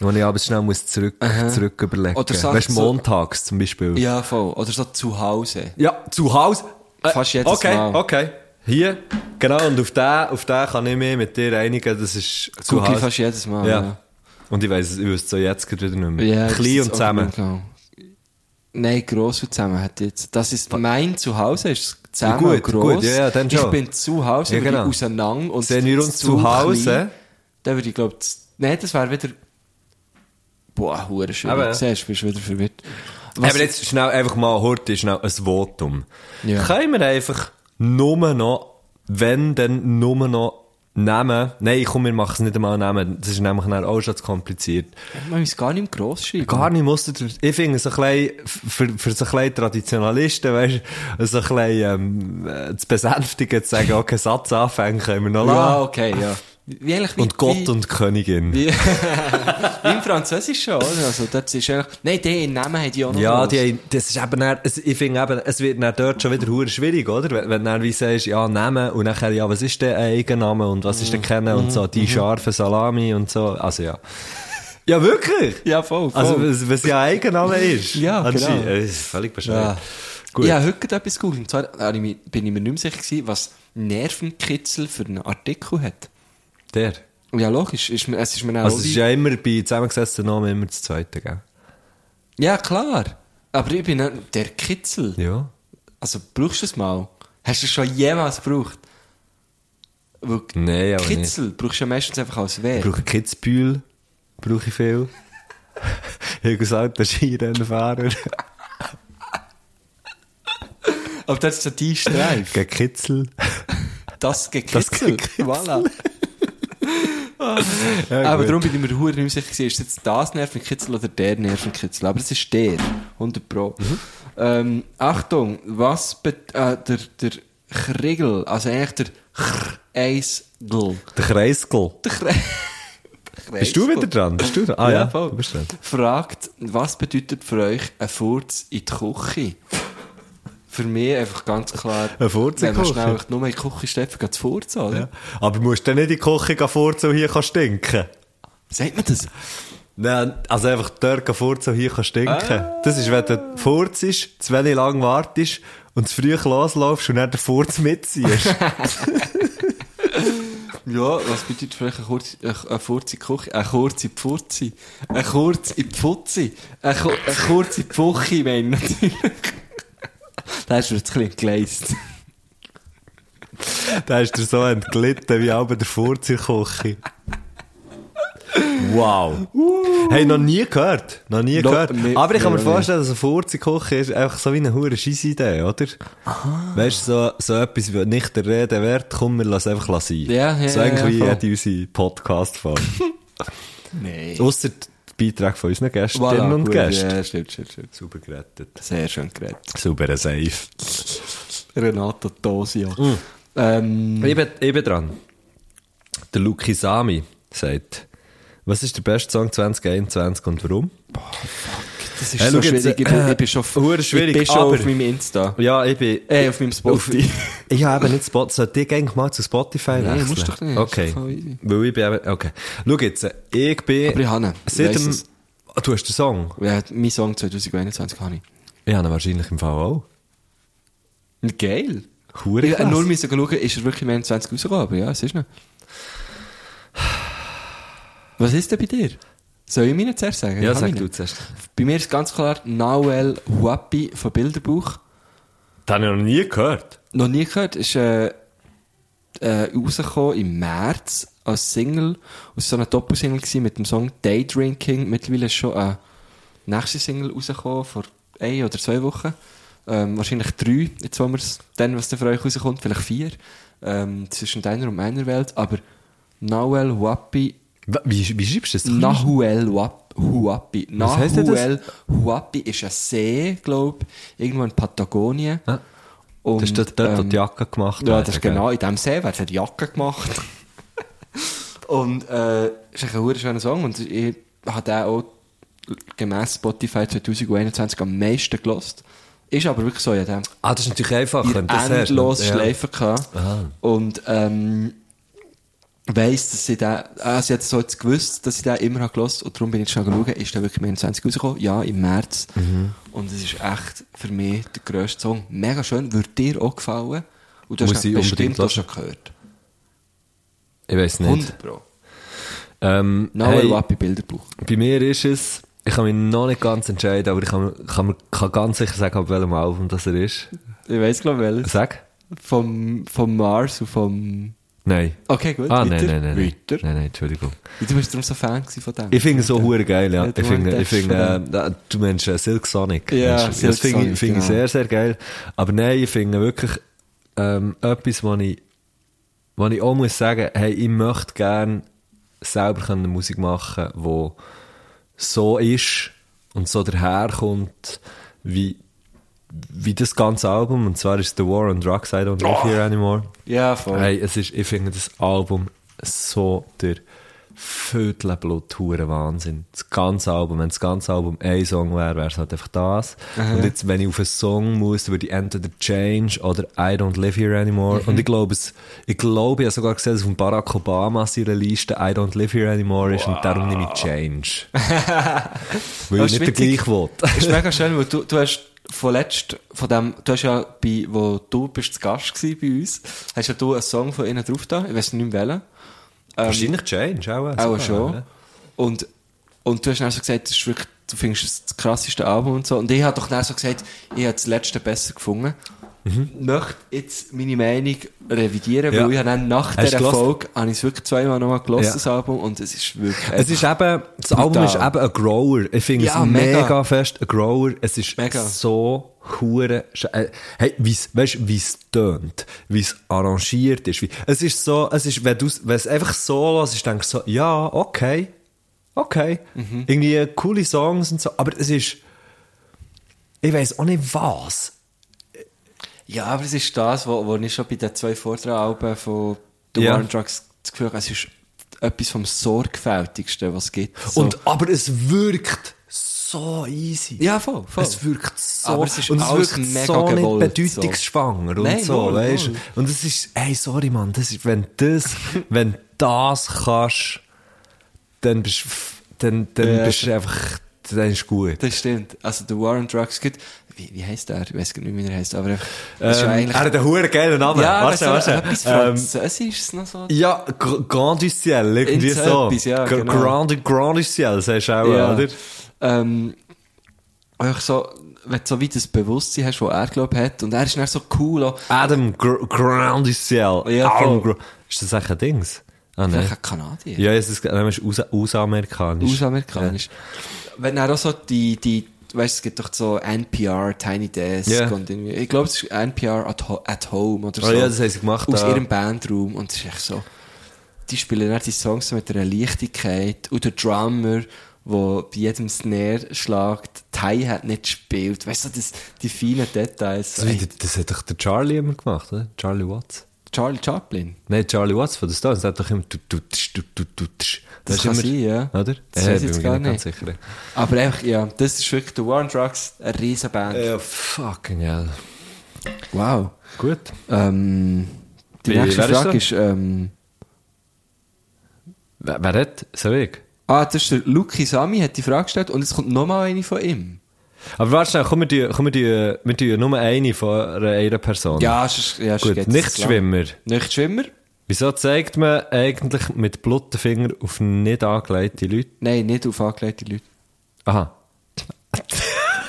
S2: Wo ich alles schnell muss zurück, zurück überlegen.
S5: Mhm. Oder Sachen
S2: weißt du,
S5: so-
S2: montags zum Beispiel.
S5: Ja, voll. Oder so zu Hause.
S2: Ja, zu Hause.
S5: Äh, Fast jedes
S2: okay,
S5: Mal.
S2: Okay, Hier, genau, und auf den, auf den kann ich mich mit dir einigen, das ist zu
S5: Google
S2: Hause.
S5: fast jedes Mal, ja.
S2: Und ich weiß es, ich wüsste es so jetzt gerade wieder nicht mehr.
S5: das
S2: Klein
S5: ist
S2: und
S5: auch
S2: zusammen.
S5: genau. Nein, gross und zusammen hat jetzt. Das ist mein Zuhause, ist zusammen
S2: Ja, gut,
S5: und gross.
S2: gut, ja, ja, dann
S5: ich
S2: schon.
S5: bin zu Hause,
S2: Ja,
S5: ja, genau.
S2: genau.
S5: auseinander. Und
S2: Sehen wir
S5: das
S2: uns zu Hause?
S5: klein, Dann würde ich glaube, nein, das wäre wieder, boah, hure schön.
S2: Aber-
S5: Aber, Siehst du, bist wieder verwirrt.
S2: Aber jetzt schnell einfach mal heute schnell ein Votum.
S5: Ja.
S2: Können wir einfach nur noch, wenn dann nur noch nehmen? Nein, komm, wir machen es nicht einmal nehmen. Das ist nämlich dann auch schon zu kompliziert.
S5: Man muss gar nicht im Gross schreiben.
S2: Gar nicht musste, ich finde, so ein bisschen, für, für so ein bisschen Traditionalisten, weißt du, so ein bisschen, ähm, äh, zu besänftigen, zu sagen, okay, Satz anfangen können wir noch
S5: Ja,
S2: lassen.
S5: okay, ja. Wie eigentlich wie-
S2: Und Gott
S5: wie-
S2: und Königin.
S5: Wie, wie im Französischen, oder? Also, dort ist eigentlich, nein, den Namen hat die auch noch.
S2: Ja,
S5: gross.
S2: die, haben- das ist eben, dann, es- ich finde eben, es wird dann dort schon wieder hure schwierig, oder? Wenn, wenn du dann wie sagst, ja, nehmen und nachher, ja, was ist denn ein Eigenname und was
S5: Mhm.
S2: ist denn kennen und so, die scharfe Salami und so, also ja. Ja, wirklich?
S5: Ja, voll, voll.
S2: Also, was, was ja ein Eigenname ist.
S5: Ja,
S2: Anscheinend.
S5: genau.
S2: Äh, ist völlig bescheuert.
S5: Ja.
S2: Gut.
S5: Ich habe heute gerade etwas gegoogelt. Und zwar äh, habe ich mich- bin ich mir nicht mehr sicher, gewesen, was Nervenkitzel für einen Artikel hat.
S2: Der.
S5: Ja, logisch. Ist mir, es ist mir dann
S2: Also,
S5: auch
S2: es ist
S5: wie-
S2: ja immer bei zusammengesetzten Namen immer das Zweite, gell?
S5: ja, klar. Aber ich bin dann- der Kitzel.
S2: Ja.
S5: Also brauchst du es mal? Hast du es schon jemals gebraucht? Weil
S2: Nein, aber nicht.
S5: Kitzel brauchst du ja meistens einfach als Wehr.
S2: Ich brauche Kitzbühel. Brauche ich viel. (laughs) Ich gesagt, der Skirennfahrer.
S5: Aber das ist so dein Streif.
S2: Gegen Kitzel.
S5: Das Gekitzel.
S2: Gekitzel.
S5: Voilà.
S2: (laughs) Ah.
S5: (laughs)
S2: Ja,
S5: Aber
S2: gut.
S5: darum bin ich mir hure nicht sicher, gewesen, ist jetzt das Nervenkitzel oder der Nervenkitzel? Aber es
S2: Mhm.
S5: ist der. 100 Pro. Ähm, Achtung, was bet äh, der, der Kriegel. Also eigentlich der Kreisgl.
S2: Der Kreiskel.
S5: Der Kre
S2: Bist du wieder dran? Bist du dran? Ah
S5: Ja,
S2: ja,
S5: voll.
S2: du bist dran.
S5: Fragt, was bedeutet für euch ein Furz in die Küche? für mich einfach ganz klar.
S2: Ein Furz in
S5: wenn
S2: die
S5: man
S2: Küche?
S5: schnell nur in die Küche steht, geht es Furz, oder?
S2: Ja. Aber du musst dann nicht in die Küche gehen, furzen und hier kann stinken.
S5: Sagt man das?
S2: Nein, also einfach dort gehen furzen und hier kann stinken. Das ist, wenn du furzt, zu wenig lang wartest und zu früh loslaufst und dann den Furz mitziehst.
S5: Ja, was bedeutet vielleicht eine kurze, äh, eine kurze Küche? Eine kurze Pfurzi? Eine kurze Pfutzi? Eine, ku- eine kurze Pfuchi, meine ich natürlich. (laughs) Da hast du jetzt ein bisschen geleist.
S2: da ist dir so entglitten wie auch bei der Furz in der Küche. Wow. Hey, noch nie gehört. Noch nie
S5: Noch-
S2: gehört.
S5: nee,
S2: Aber ich kann mir
S5: nee, noch nie.
S2: vorstellen, dass eine Furz in der Küche ist einfach so wie eine hure Scheissidee, oder?
S5: Ah.
S2: Weißt du, so, so etwas wie nicht der Rede wert, komm, wir lassen einfach sein.
S5: Ja, ja,
S2: so eigentlich
S5: ja,
S2: wie
S5: voll.
S2: jede unsere
S5: (laughs)
S2: Podcast-Folge.
S5: Nein.
S2: Ausser die Beiträge von unseren Gästinnen
S5: Voilà,
S2: und
S5: gut,
S2: Gästen.
S5: Ja, stimmt, stimmt, stimmt.
S2: Super gerettet.
S5: Sehr schön geredet.
S2: Super safe.
S5: Renato Tosio. Ähm,
S2: Ich bin, ich bin dran. Der Luki Sami sagt, was ist der beste Song 2021 und warum?
S5: das ist
S2: Hey,
S5: so
S2: schau jetzt,
S5: schwierig. Ich bin,
S2: äh,
S5: ich bin schon, auf-
S2: verdammt schwierig,
S5: ich bin schon
S2: aber-
S5: auf meinem Insta.
S2: Ja, ich bin...
S5: Äh, auf meinem Spotify.
S2: (laughs) ich habe eben nicht Spotify. Sollte ich eigentlich mal zu Spotify
S5: Nein,
S2: wechseln?
S5: musst doch nicht. Ist
S2: Okay.
S5: doch voll easy.
S2: Weil ich bin eben... Okay. Schau jetzt, ich bin...
S5: Aber ich habe ihn. Ich
S2: Seit
S5: weiss
S2: dem,
S5: es.
S2: Ah, du hast den Song?
S5: Ja, mein Song 2021 habe ich.
S2: Ich habe ihn wahrscheinlich im Fall auch.
S5: Geil.
S2: Hure
S5: Ich
S2: krass.
S5: nur müssen schauen, ist er wirklich im 21 rausgekommen, aber ja, es ist nicht. Was ist denn bei dir? Soll ich mir zuerst sagen?
S2: Ja,
S5: Ich
S2: sag
S5: habe
S2: du
S5: meine.
S2: zuerst.
S5: Bei mir ist ganz klar Nawel Huapi von Bilderbuch.
S2: Das habe ich noch nie gehört.
S5: Noch nie gehört, ist äh, äh, rausgekommen im März als Single. Aus so einer Doppelsingle gewesen mit dem Song Daydrinking. Mittlerweile ist schon eine nächste Single rausgekommen, vor ein oder zwei Wochen. Ähm, wahrscheinlich drei, jetzt wollen wir es dann, was dann für euch rauskommt, vielleicht vier. Ähm, zwischen deiner und meiner Welt, aber Nahuel Huapi,
S2: Wa- Wie, wie schreibst du das?
S5: Nahuel Huap- Huapi,
S2: Was heisst denn das?
S5: Nahuel Huapi ist ein See, glaube ich, irgendwo in Patagonien.
S2: Ah.
S5: Und,
S2: Das ist dort, dort wo die Jacke gemacht
S5: ähm, ja,
S2: werden,
S5: das ist
S2: gell?
S5: genau in dem See, wer hat Jacke gemacht. (laughs) und äh, ist echt ein verdammt schöner Song und ich habe den auch gemäss Spotify 2021 am meisten gelost. Ist aber wirklich so, ja, dem
S2: Ah, das ist natürlich einfach. wenn du das hast,
S5: endlos
S2: ne? ja.
S5: schleifen gehabt.
S2: Aha.
S5: Und ähm, weiss, dass ich den, also ich hätte so jetzt gewusst, dass ich den immer habe gelost und darum bin ich schon schauen, ist der wirklich im 21 rausgekommen? Ja, im März.
S2: Mhm.
S5: Und es ist echt für mich der grösste Song. Mega schön, würde dir auch gefallen. Und du
S2: Muss
S5: hast ihn
S2: ich
S5: bestimmt
S2: unbedingt
S5: auch schon gehört.
S2: Ich weiß nicht.
S5: 100 Pro.
S2: Ähm,
S5: No
S2: hey,
S5: hey. Wappy Bilderbuch.
S2: bei mir ist es, ich kann mich noch nicht ganz entscheiden, aber ich kann, kann, mir- kann ganz sicher sagen, ab welchem Album das er ist.
S5: Ich weiss, glaube ich, welches.
S2: Sag?
S5: Also Vom, vom Mars und vom...
S2: Nein.
S5: Okay, gut,
S2: ah,
S5: weiter.
S2: nein, nein, nein. Nein,
S5: Weiter.
S2: nein, nein Entschuldigung.
S5: Du warst darum so Fan gewesen von dem.
S2: Ich finde es so hure geil, ja.
S5: Ja, du
S2: Ich finde, ich
S5: meinst,
S2: finde,
S5: das
S2: äh, äh, du meinst äh, Silk Sonic.
S5: Ja,
S2: Meinst du?
S5: Silk
S2: das finde
S5: Sonic,
S2: ich, finde ich
S5: genau.
S2: sehr, sehr geil. Aber nein, ich finde wirklich ähm, etwas, was ich, was ich auch muss sagen, hey, ich möchte gerne selber können Musik machen, wo so ist und so daherkommt, wie, wie das ganze Album. Und zwar ist The War on Drugs, I Don't Live Here Anymore.
S5: Ja, voll.
S2: Hey, es ist, ich finde das Album so der Vödelblut, hure Wahnsinn. Das ganze Album, wenn das ganze Album ein Song wäre, wäre es halt einfach das. Und jetzt, wenn ich auf einen Song muss, würde ich entweder Change oder I Don't Live Here
S5: Mhm.
S2: Anymore. Und ich glaube, es, ich glaube, ich habe sogar gesehen, dass von Barack Obama seine Liste I Don't Live Here Anymore ist und darum nehme ich
S5: (laughs)
S2: Change. Weil
S5: Das
S2: ich
S5: ist
S2: nicht der
S5: witzig. Ähm,
S2: gleiche will.
S5: ist mega schön, weil du, du hast vorletzt von dem, du hast ja bei, wo du bist zu Gast gsi bei uns, hast ja du einen Song von ihnen drauf da, ich weiß nicht mehr welchen. Ähm,
S2: Wahrscheinlich Change, auch.
S5: Auch
S2: sogar,
S5: schon.
S2: ja.
S5: Und, und du hast dann so gesagt, das ist wirklich, du findest es das krasseste Album und so. Und ich habe doch dann so gesagt, ich habe das letzte besser gefunden. Möchte jetzt meine Meinung revidieren,
S2: Mhm. Ja.
S5: weil ich habe dann nach
S2: Hast
S5: der
S2: du gehört?
S5: Erfolg habe ich es wirklich zweimal nochmal gelesen,
S2: Ja.
S5: das Album, und es ist wirklich...
S2: Es ist eben, das Album ist eben ein Grower. Ich finde
S5: Ja,
S2: es mega,
S5: mega.
S2: fest ein Grower. Es ist
S5: Mega.
S2: so hure. sch- äh, Hey, wie's, weißt, wie es tönt, wie es arrangiert ist. Wie, es ist so, es ist, wenn du es einfach so hörst, denkst du so, ja, okay, okay.
S5: Mhm.
S2: Irgendwie coole Songs und so. Aber es ist, ich weiß auch nicht was.
S5: Ja, aber es ist das, wo, wo ich schon bei den zwei Vortragen von The
S2: Ja.
S5: War on Drugs das Gefühl habe, es ist etwas vom Sorgfältigsten, was es gibt. So.
S2: Und, aber es wirkt so easy.
S5: ja, voll, voll.
S2: Es wirkt so,
S5: Aber es ist
S2: und es
S5: alles
S2: wirkt
S5: mega
S2: so nicht
S5: gewollt,
S2: bedeutungsschwanger und
S5: Nein,
S2: so,
S5: null,
S2: weißt
S5: null.
S2: Und es ist, ey, sorry, Mann, das ist, wenn
S5: (laughs)
S2: das, wenn das kannst, dann bist, dann, dann
S5: Ja,
S2: bist du einfach, dann ist gut.
S5: Das stimmt. Also The War on Drugs gibt... Wie, wie heisst der? Ich weiß gar nicht, wie er heisst, aber einfach...
S2: Ähm,
S5: das ist ja eigentlich...
S2: er hat einen huere geilen Namen.
S5: ja,
S2: warte,
S5: weißt du,
S2: warte.
S5: etwas
S2: Ähm,
S5: Französisches noch so.
S2: ja, Gr- Grand du Ciel, irgendwie
S5: In so
S2: so.
S5: etwas, ja,
S2: Gr-
S5: genau.
S2: Grand, Grand du Ciel, sagst du auch, oder?
S5: Ähm, einfach so, wenn du so weit das Bewusstsein hast, was er, glaube ich, hat, und er ist dann so cool auch.
S2: Adam Gr Grand du Ciel.
S5: Ja,
S2: Adam
S5: voll.
S2: Gr- Ist das echt ein Dings? Ah, nein.
S5: Vielleicht ein Kanadier.
S2: Ja, es ist, nein, es ist aus, ausamerikanisch.
S5: Ausamerikanisch. Wenn dann auch so die, die, weißt es gibt doch so NPR, Tiny Desk
S2: Ja.
S5: und irgendwie, ich glaube, es ist NPR at, ho at Home oder
S2: Oh
S5: so.
S2: ja, das haben sie gemacht,
S5: Aus
S2: ja.
S5: ihrem Bandraum und es ist echt so, die spielen dann die Songs so mit einer Leichtigkeit und der Drummer, wo bei jedem Snare schlagt, Thai hat nicht gespielt, weißt du, das, die feinen Details.
S2: Das,
S5: Ey,
S2: das, das hat doch der Charlie immer gemacht, oder? Charlie Watts.
S5: Charlie Chaplin.
S2: Nein, Charlie Watts von den Stones, der hat doch immer du, du, tsch, du, du, du, tsch.
S5: Das
S2: ist
S5: kann
S2: immer,
S5: sein, ja.
S2: Oder?
S5: Das
S2: Ja,
S5: weiß ich
S2: bin
S5: jetzt
S2: mir
S5: gar
S2: ganz
S5: nicht.
S2: sicher.
S5: Aber einfach, ja, das ist wirklich der War on Drugs, eine riesen Band.
S2: Ja, fucking hell.
S5: Wow.
S2: Gut.
S5: Ähm, die
S2: Wie-
S5: nächste
S2: wer ist da?
S5: Frage ist, ähm,
S2: Wer, wer hat? So ich.
S5: ah, das ist der Luki Sami, hat die Frage gestellt und es kommt nochmal eine von ihm.
S2: Aber warte schnell, komm, wir tun, komm, wir tun, wir tun nur eine von einer- einer Person.
S5: Ja, es ist, ja, es
S2: Gut,
S5: geht jetzt
S2: Nichtschwimmer.
S5: lang. Nichtschwimmer?
S2: Wieso zeigt man eigentlich mit blutten Fingern auf nicht angelegte Leute?
S5: Nein, nicht auf angelegte Leute.
S2: Aha. (laughs)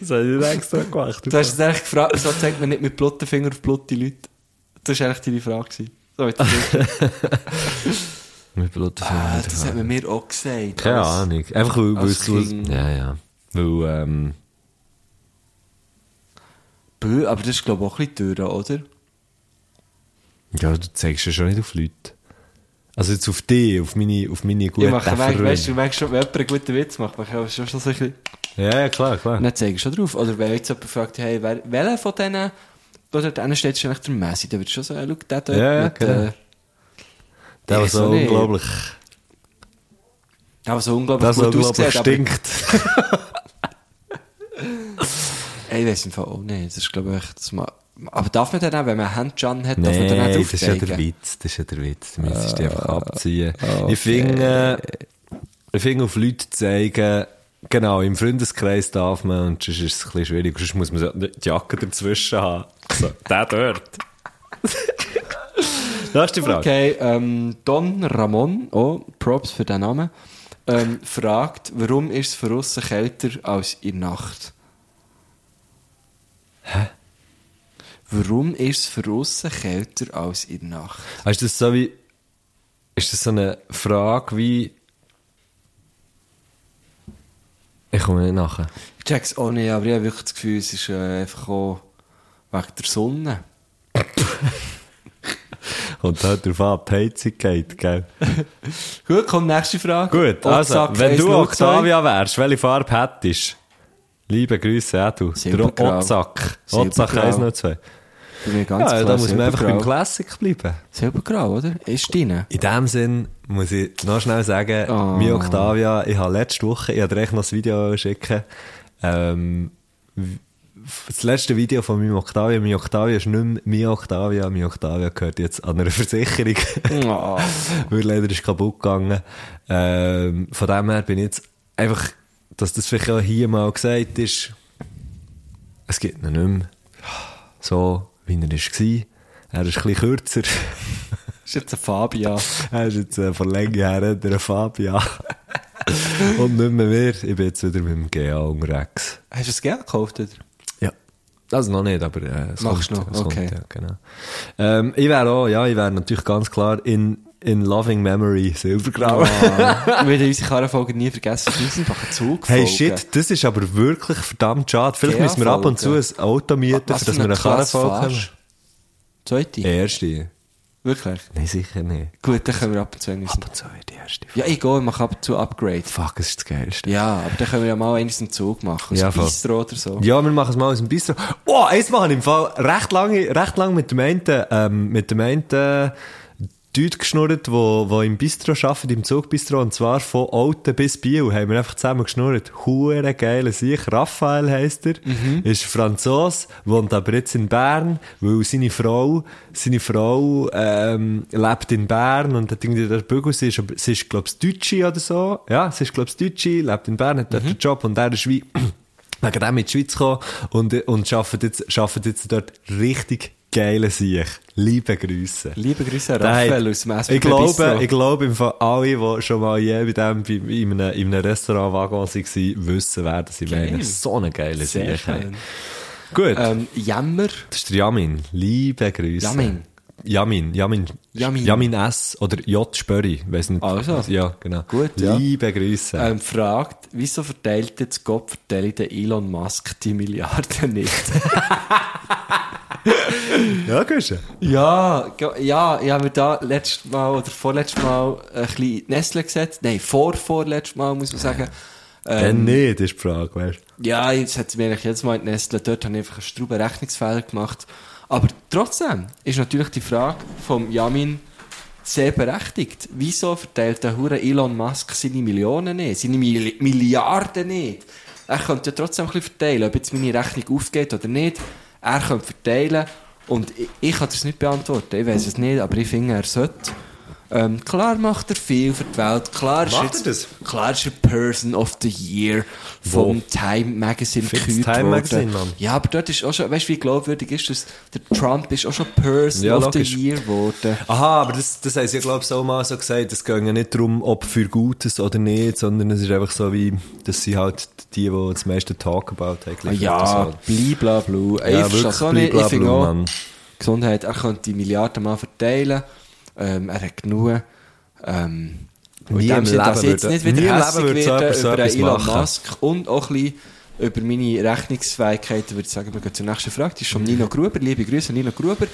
S2: das habe ich extra gemacht.
S5: Du hast es eigentlich gefragt, wieso zeigt man nicht mit blutten Fingern auf blutte Leute? Das war eigentlich deine Frage. gewesen. So, jetzt-
S2: Mit blutten
S5: (laughs) ah,
S2: Fingern.
S5: das hat man mir auch gesagt.
S2: Keine
S5: Alles-
S2: Ahnung. Einfach weil, weil
S5: als
S2: es... weil es-
S5: Kind.
S2: Ja, ja. Weil, ähm...
S5: Bö, aber das ist, glaube ich, auch ein bisschen durch, oder?
S2: Ja, du zeigst ja schon nicht auf Leute. Also jetzt auf dich, auf meine, auf meine guten
S5: ich mache,
S2: Verwöhnung.
S5: weißt, weißt, du merkst schon, wenn jemand einen guten Witz macht, mache ich aber schon so ein bisschen...
S2: Ja, ja, klar, klar.
S5: Und dann zeige ich schon drauf. Oder wenn jetzt jemand fragt, hey, wer, welcher von denen, da dort hinten steht, ist eigentlich der Messi, dann würdest du schon sagen, schau, der dort.
S2: Ja,
S5: mit,
S2: genau.
S5: äh,
S2: der war
S5: ich
S2: so
S5: so nicht.
S2: unglaublich...
S5: der, der so unglaublich
S2: Das
S5: gut
S2: unglaublich
S5: aussieht, aber-
S2: stinkt.
S5: Ey, ich weiss im Fall auch nicht. Das ist, glaube ich, echt, das ma- aber darf man dann auch, wenn man Handjan hat, darf man dann auch
S2: Nein,
S5: drauf
S2: das ist ja der
S5: zeigen?
S2: Witz. Das ist ja der Witz. Du müsstest die einfach abziehen. Ich finde... äh, Ich finde, auf Leute zeigen... Genau, im Freundeskreis darf man und sonst ist es ein bisschen schwierig. Sonst muss man so die Jacke dazwischen haben. So, der dort. (laughs) Nächste Frage.
S5: Okay, ähm, Don Ramon, oh, Props für den Namen, ähm, fragt, warum ist es für uns kälter als in der Nacht? Hä? Warum ist es für uns kälter als in der Nacht?
S2: Ist das so wie. Ist das so eine Frage wie. Ich komme nicht nachher.
S5: Ich check's auch nicht, aber ich habe wirklich das Gefühl, es ist äh, einfach auch wegen der Sonne.
S2: Und halt darauf an, die Heizung geht, gell?
S5: Gut, kommt nächste Frage.
S2: Gut, also,
S5: Oxack
S2: wenn du
S5: 102.
S2: Octavia wärst, welche Farbe hättest Liebe Grüße auch du. Darum
S5: Silbergrau.
S2: Otzak. Otzak
S5: Silbergrau.
S2: 102.
S5: Bei mir ganz
S2: Ja, da
S5: klar
S2: muss man einfach beim
S5: Silbergrau.
S2: Classic bleiben.
S5: Silbergrau, oder? Ist deine?
S2: In dem Sinn muss ich noch schnell sagen,
S5: Oh.
S2: mir Octavia, ich habe letzte Woche, ich wollte dir echt noch das Video schicken, ähm, w- das letzte Video von meinem Octavia, mein Octavia ist nicht mehr mein Octavia, mein Octavia gehört jetzt an einer Versicherung,
S5: Oh.
S2: (laughs) weil leider ist kaputt gegangen. Ähm, von dem her bin ich jetzt einfach, dass das vielleicht auch hier mal gesagt ist, es gibt ihn nicht mehr so, wie er war. Er ist ein bisschen kürzer.
S5: (laughs) Ist jetzt ein Fabian.
S2: (laughs) Er ist jetzt äh, von Länge her der Fabian. Und nicht mehr wir. Ich bin jetzt wieder mit dem GA unterwegs.
S5: Hast du es gern gekauft,
S2: (laughs)
S5: oder?
S2: Ja. Also noch nicht, aber äh, es
S5: Machst
S2: kommt,
S5: noch,
S2: es
S5: okay.
S2: Kommt, ja, genau. ähm, ich wäre auch, ja, ich wäre natürlich ganz klar in, in Loving Memory Silbergrau.
S5: Oh. Ah, Wir werden unsere Karrenfolge nie vergessen. Wir sind einfach ein Zug.
S2: Hey shit, das ist aber wirklich verdammt schade. Vielleicht
S5: GA
S2: müssen wir ab und zu
S5: Folgen.
S2: ein Auto mieten, für
S5: Was für
S2: dass wir
S5: eine
S2: eine Karre
S5: Klasse
S2: fahren
S5: fährst? Zweite.
S2: Erste.
S5: Wirklich?
S2: Nein, sicher nicht.
S5: Gut, dann können wir ab und zu einiges.
S2: und zu wird die erste Folge.
S5: Ja, ich gehe, ich mache ab und zu Upgrade.
S2: Fuck, das ist das Geilste.
S5: Ja, aber dann können wir ja mal eines im Zug machen. Aus
S2: Ja,
S5: ja,
S2: voll.
S5: Bistro oder so.
S2: Ja, wir machen es mal aus dem Bistro. Oh, eins machen im Fall recht lange, recht lange mit dem einen, ähm, mit dem einen äh, Dude geschnurrt, wo, wo im Bistro arbeitet, im Zugbistro, und zwar von Olten bis Biel, haben wir einfach zusammen geschnurrt. Hure geile Sieg. Raphael heisst er, ist Franzos, wohnt aber jetzt in Bern, weil seine Frau, seine Frau, ähm, lebt in Bern und hat irgendwie der Bügel, sie ist, aber- sie ist, glaub's, Deutsche oder so. Ja, sie ist, glaub's, Deutsche, lebt in Bern, hat dort einen Job und er ist wie, wegen dem in die Schweiz gekommen und, und arbeitet jetzt, arbeitet jetzt dort richtig geile Sieg. Liebe Grüße.
S5: Liebe Grüße an
S2: Der hat-
S5: Raphael aus dem SBB
S2: Ich glaube,
S5: Bistro.
S2: ich glaube, im Fall alle, die schon mal je bei dem, bei, in einem, in einem Restaurantwaggon waren, wissen, wer das ich
S5: Geil.
S2: meine. So eine geile
S5: Sehr
S2: Sieg.
S5: schön.
S2: Gut.
S5: Ähm, Jammer.
S2: das ist der Jamin. Liebe Grüße.
S5: Jamin.
S2: Jamin, Jamin,
S5: Jamin.
S2: Jamin S. oder J. Spöri, weiss nicht.
S5: Also.
S2: Ja, genau.
S5: Gut, ja.
S2: Liebe Grüße.
S5: Ähm, fragt, wieso verteilt jetzt Gott verteilt der Elon Musk die Milliarden nicht?
S2: ja, Grüße.
S5: (laughs) ja, ge- ja, ich habe mir da letztes Mal oder vorletztes Mal ein bisschen Nestle gesetzt. Nein, vor, vorletztes Mal muss man sagen. ähm,
S2: Dann nicht, ist die Frage, weißt du.
S5: Ja, jetzt hat sie mir eigentlich jedes Mal in Nestle, dort habe ich einfach einen strauben Rechnungsfehler gemacht. Aber trotzdem ist natürlich die Frage vom Jamin sehr berechtigt. Wieso verteilt der Hure Elon Musk seine Millionen nicht, seine Mil Milliarden nicht? Er könnte ja trotzdem ein bisschen verteilen, ob jetzt meine Rechnung aufgeht oder nicht. Er könnte verteilen und ich, ich kann das nicht beantworten. Ich weiß es nicht, aber ich finde, er sollte. Ähm, klar macht er viel für die Welt. Klar
S2: Macht
S5: ist
S2: er
S5: jetzt- Klar ist er Person of the Year vom Time Magazine
S2: Fix
S5: gekürt
S2: Time
S5: worden.
S2: Magazine, Mann.
S5: Ja, aber dort ist auch schon, weißt du, wie glaubwürdig ist das? Der Trump ist auch schon Person
S2: Ja,
S5: of
S2: logisch.
S5: the Year geworden.
S2: Aha, aber das, das haben sie, glaube ich, auch mal so gesagt. Es ging ja nicht darum, ob für Gutes oder nicht, sondern es ist einfach so wie, dass sie halt die, die das meiste Talk about haben, geliefert
S5: Ja,
S2: und so.
S5: blablabla.
S2: Ja,
S5: ich
S2: wirklich,
S5: verstehe es auch nicht. Ich
S2: blablabla,
S5: finde auch,
S2: Mann.
S5: Gesundheit, er könnte die Milliarden mal verteilen. Ähm, er hat genug. Ähm, und
S2: Nie
S5: in dem
S2: im
S5: Sinne, dass ich
S2: Leben
S5: jetzt
S2: würde-
S5: nicht wieder
S2: nie im
S5: hässig
S2: Leben würde so
S5: werde
S2: jemand so
S5: über
S2: etwas
S5: einen Elon
S2: machen.
S5: Musk und auch ein bisschen über meine Rechnungsfähigkeiten würde ich sagen, wir gehen zur nächsten Frage. Die ist von Nino Gruber. Liebe Grüße, Nino Gruber.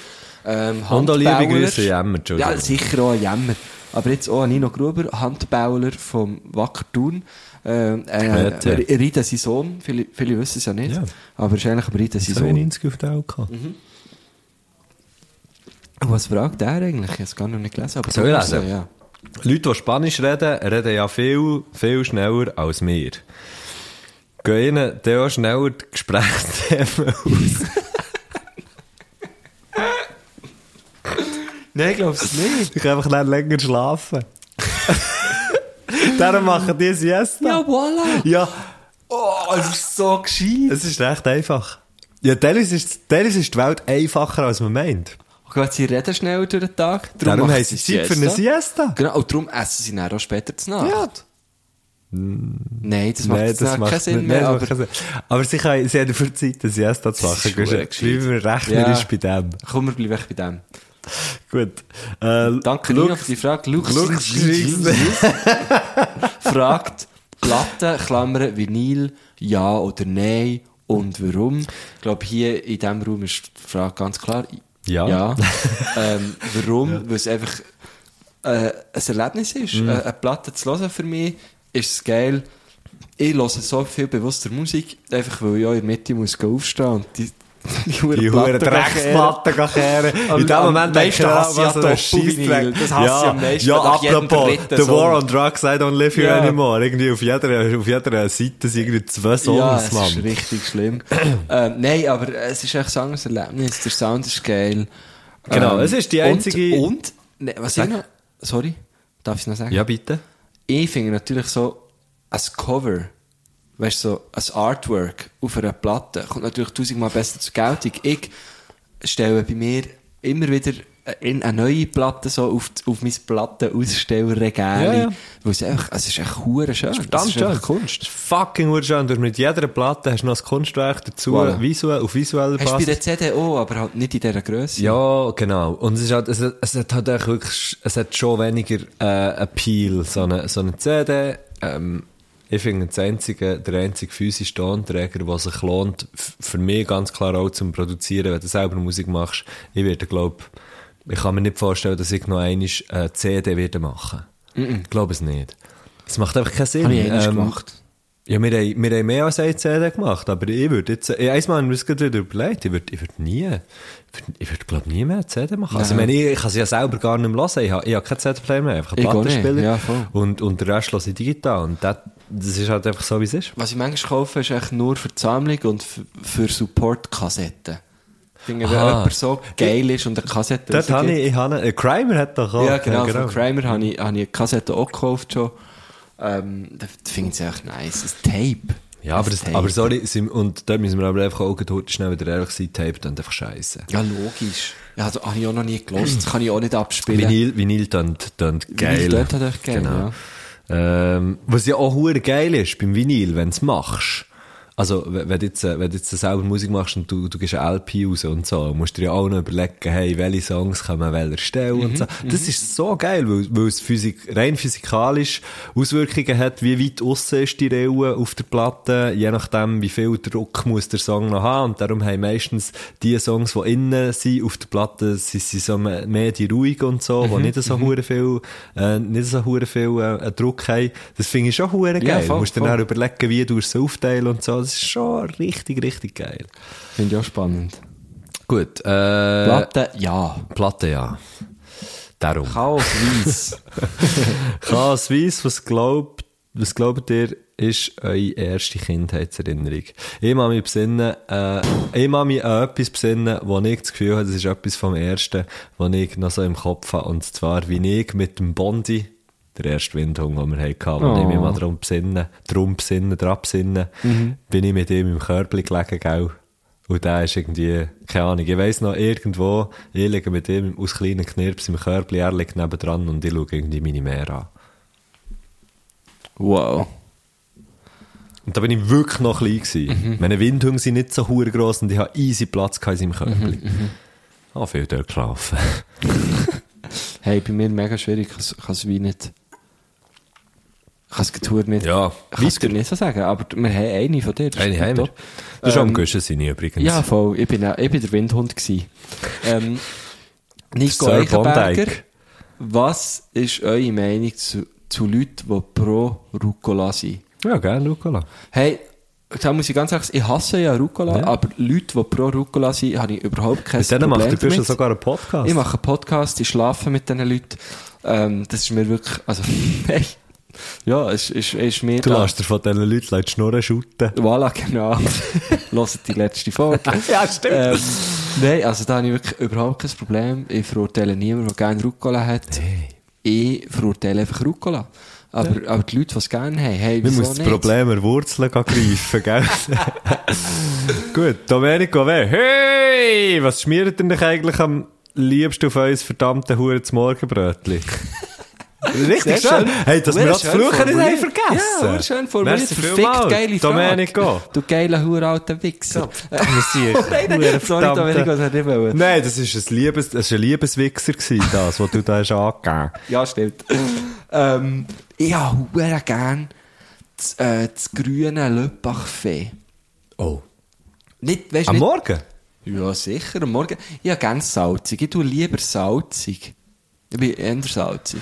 S5: Ähm,
S2: Und auch liebe
S5: Handbauer.
S2: Grüße, Jämmer, Entschuldigung.
S5: Ja, sicher auch an Jämmer. Aber jetzt auch an Nino Gruber, Handbauer vom Wacker Thun. Ähm, äh,
S2: Grüezi.
S5: er- er Rita sein Sohn, viele, viele wissen es ja nicht,
S2: Ja.
S5: aber ist eigentlich am Rita sein Sohn.
S2: 92 auf der Alka.
S5: Und Was fragt er eigentlich? Ich habe es gar noch nicht gelesen. Aber
S2: Soll ich
S5: trotzdem,
S2: lesen?
S5: Ja.
S2: Leute, die Spanisch reden, reden ja viel, viel schneller als wir. Gehen ihnen dann auch schneller die Gesprächsthemen (laughs) aus.
S5: Nein, ich glaube es nicht.
S2: Ich kann einfach dann länger schlafen. (laughs) Darum machen die Siesta.
S5: Ja, voilà.
S2: ja,
S5: Oh, es ist so gescheit.
S2: es ist recht einfach. Ja, teilweise ist, teilweise ist die Welt einfacher, als man meint.
S5: Okay, sie reden schnell durch den Tag.
S2: Darum,
S5: machen
S2: haben sie Zeit für eine
S5: Siesta.
S2: Siesta.
S5: Genau, und darum essen sie dann auch später zu Nacht. Hm.
S2: Ja.
S5: Nein, das macht,
S2: Nein,
S5: jetzt
S2: das
S5: dann
S2: macht
S5: keinen Sinn
S2: nicht- nein,
S5: mehr.
S2: das
S5: Aber
S2: macht keinen Sinn. aber sie, können, sie haben dafür Zeit, eine Siesta zu
S5: Das ist
S2: machen.
S5: verdammt
S2: Gehst du- Wie wir rechnerisch
S5: Ja.
S2: bei dem.
S5: komm, wir bleiben bei dem.
S2: Gut. Äh,
S5: Danke, Nino, für die Frage. Lux,
S2: Lux-
S5: fragt Platte, Klammern, Vinyl, ja oder nein und warum? Ich glaube, hier in diesem Raum ist die Frage ganz klar.
S2: Ja. (laughs)
S5: ähm, warum? Weil es einfach äh, ein Erlebnis ist.
S2: Mhm.
S5: Äh, eine Platte zu hören für mich ist es geil. Ich höre so viel bewusster Musik, einfach weil ich auch in der Mitte muss aufstehen und die (laughs) die hure
S2: die
S5: Platte
S2: hohe Drecksplatte gehen kehren.
S5: Am-
S2: In dem
S5: am
S2: Moment denkst
S5: meisten
S2: du, ah,
S5: hasse ich
S2: was
S5: ja
S2: ein
S5: Doppelvinyl.
S2: Scheissdreck.
S5: Das hasse ich am meisten
S2: Ja,
S5: nach jedem
S2: apropos,
S5: dritten
S2: The War
S5: Song.
S2: on Drugs, I Don't Live Here
S5: Ja.
S2: Anymore. Irgendwie auf jeder, auf jeder Seite sind irgendwie zwei
S5: ja,
S2: Songs,
S5: es
S2: Mann.
S5: ist richtig schlimm.
S2: (clears throat)
S5: ähm, nein, aber es ist echt ein anderes Erlebnis. Der Sound ist geil. Ähm,
S2: Genau, es ist die einzige-
S5: Und, und ne, was ich noch... Sorry, darf ich es noch sagen?
S2: Ja, bitte.
S5: Ich finde natürlich so ein Cover, weißt du, so ein Artwork auf einer Platte kommt natürlich tausendmal besser zur Geltung. Ich stelle bei mir immer wieder in eine neue Platte so auf, die- auf mein Plattenausstellregal,
S2: Ja, ja.
S5: weil es einfach, es ist echt hure schön. Es ist
S2: Verdammt schön.
S5: einfach Kunst.
S2: Ist Fucking gut schön. Du hast mit jeder Platte hast du noch ein Kunstwerk dazu,
S5: Voilà.
S2: visuell, auf visueller
S5: Hast du bei
S2: Basis.
S5: der CDO, aber halt nicht in dieser Größe.
S2: Ja, genau. Und es, ist halt, es, hat- es hat halt auch wirklich, es hat schon weniger äh, Appeal, so eine, so eine CD. Ähm, ich finde, das einzige, der einzige physische Tonträger, der sich lohnt, f- für mich ganz klar auch zum Produzieren, wenn du selber Musik machst, ich werde, glaube Ich kann mir nicht vorstellen, dass ich noch einmal eine CD werde machen werde. Ich glaube es nicht. Es macht einfach keinen Sinn. Ähm,
S5: Habe ich einmal gemacht.
S2: Ja, wir haben, wir haben mehr als eine CD gemacht, aber ich würde jetzt, ich, einmal haben wir uns gerade wieder überlegt, ich würde, ich würde nie, ich würde, ich würde glaube nie mehr eine CD machen. Also, ich, meine, ich, ich kann sie ja selber gar nicht mehr hören, ich habe, ich habe keinen CD-Player mehr, einfach einen
S5: Ich auch nicht.
S2: Plattenspieler
S5: Ja, voll.
S2: und, und den Rest höre ich digital und das, das ist halt einfach so, wie es ist.
S5: Was ich manchmal kaufe, ist echt nur für die Sammlung und für, für Support-Kassetten. Ich finde, wenn
S2: Aha.
S5: jemand so geil ist und eine Kassette
S2: Dort habe
S5: rausgibt-
S2: ich, ich habe, äh, Crimer hat doch auch.
S5: Ja, genau. Von Kramer habe ich, habe ich eine Kassette auch gekauft schon. Ähm, das finde ich echt nice. Ein Tape.
S2: Ja, aber,
S5: Ein
S2: das,
S5: Tape.
S2: aber sorry, sind- und dort müssen wir aber einfach auch gerade schnell wieder ehrlich sein, Tape dann einfach scheiße.
S5: Ja, logisch. Ja, das habe ich auch noch nie gelost. Das kann ich auch nicht abspielen.
S2: Vinyl, Vinyl tönt, tönt geil.
S5: Vinyl tönt halt echt geil,
S2: Genau. Ähm, was ja auch hure geil ist beim Vinyl, wenn du es machst. Also, w- wenn du jetzt, äh, wenn du jetzt selber Musik machst und du, du gehst eine LP raus und so, musst du dir ja auch noch überlegen, hey, welche Songs kann man welcher Stelle
S5: Mhm,
S2: und so. Das ist so geil, weil, weil es physik, rein physikalisch Auswirkungen hat, wie weit aussen ist die Rille auf der Platte, je nachdem, wie viel Druck muss der Song noch haben. Und darum haben meistens die Songs, die innen sind, auf der Platte, sind sie so me- mehr die ruhig und so, die nicht so hure viel, äh, nicht so hure viel äh, Druck haben. Das finde ich schon hure geil.
S5: Ja, voll,
S2: du musst
S5: voll.
S2: dann auch überlegen, wie du es aufteilen und so. Das ist schon richtig, richtig geil.
S5: Finde ich auch spannend.
S2: Gut, äh,
S5: Platte, ja.
S2: Platte, ja. Darum.
S5: Chaos, Weiss.
S2: Klaas Weiss, was glaubt, was glaubt ihr, ist eure erste Kindheitserinnerung? Ich muss mich besinnen, äh, ich muss mich an etwas besinnen, wo ich das Gefühl habe, das ist etwas vom Ersten, was ich noch so im Kopf habe. Und zwar, wie ich mit dem Bondi, der erste Windhung, den wir hatten, wo ich mich mal drum besinnen, drum besinnen, dran besinnen, bin ich mit ihm im Körbchen gelegen, gell? Und der ist irgendwie, keine Ahnung, ich weiss noch, irgendwo, ich liege mit ihm aus kleinen Knirps im Körbchen, er liegt nebendran und ich schaue irgendwie meine Meer an.
S5: wow.
S2: Und da bin ich wirklich noch klein gewesen. Meine Windhunde sind nicht so hure gross und ich hatte easy Platz gehabt in seinem Körbchen. Ah, viel dort gelaufen.
S5: Hey, bei mir mega schwierig. Ich kann es wie nicht... Ich kann es getur nicht...
S2: Ja,
S5: Ich kann es dir nicht so sagen, aber wir haben eine von dir. Das ist
S2: Eine haben wir.
S5: dus top.
S2: Das war am
S5: Ähm,
S2: Güssen sein übrigens.
S5: Ja, voll. Ich bin, auch- ich bin der Windhund gsi. Ähm, Nico
S2: Sir
S5: Eichenberger,
S2: Bondike.
S5: was ist eure Meinung zu, zu Leuten, die pro Rucola sind?
S2: ja gerne, Lucola.
S5: Hey, da muss ich ganz ehrlich sagen, ich hasse ja Rucola,
S2: Ja.
S5: aber Leute, die pro Rucola sind, habe ich überhaupt kein
S2: Mit denen
S5: Problem
S2: macht der Güssen
S5: damit.
S2: sogar einen Podcast.
S5: Ich mache einen Podcast, ich schlafe mit diesen Leuten. Ähm, das ist mir wirklich, also, (laughs) hey, ja, es ist, es ist mir...
S2: du
S5: da-
S2: lässt dir von diesen Leuten lässt die Schnurren schütten.
S5: Voilà, genau. (laughs) Hört die letzte
S2: (laughs)
S5: Folge.
S2: Ja, stimmt.
S5: Ähm, nein, also da habe ich wirklich überhaupt kein Problem. Ich verurteile niemanden, der gerne Rucola hat. Ich verurteile einfach Rucola. Aber, aber die Leute, die es gerne haben, hey,
S2: Wir
S5: wieso
S2: müssen das
S5: nicht?
S2: Problem an Wurzeln gehen greifen, gell? (laughs) Gut, Domenico, wer? Hey, was schmiert ihr euch eigentlich am liebsten auf uns verdammten Huren zum
S5: (laughs)
S2: Morgenbrötli? Richtig schön.
S5: Sehr schön.
S2: Hey, dass wir
S5: Sehr
S2: das
S5: schön
S2: Fluchen nicht haben
S5: formuliert.
S2: vergessen.
S5: Ja, sehr schön formuliert.
S2: Merci
S5: Verfickt
S2: vielmals,
S5: geile Frage. (laughs)
S2: Domenico.
S5: Du geiler, huralter Wichser. (laughs)
S2: Nein,
S5: nein, sorry, Domenico, das hätte ich nicht wollen.
S2: Nein, das ist ein, Liebes, das ist ein Liebeswichser gewesen, das, was du da hast angegeben.
S5: Ja, stimmt. ähm, ich habe sehr gerne das, äh, das grüne Löppachfee.
S2: Oh.
S5: Nicht, weißt,
S2: Am
S5: nicht,
S2: Morgen?
S5: Ja, sicher, am Morgen. Ja, ganz salzig. Ich tue lieber salzig. Ich bin eher salzig.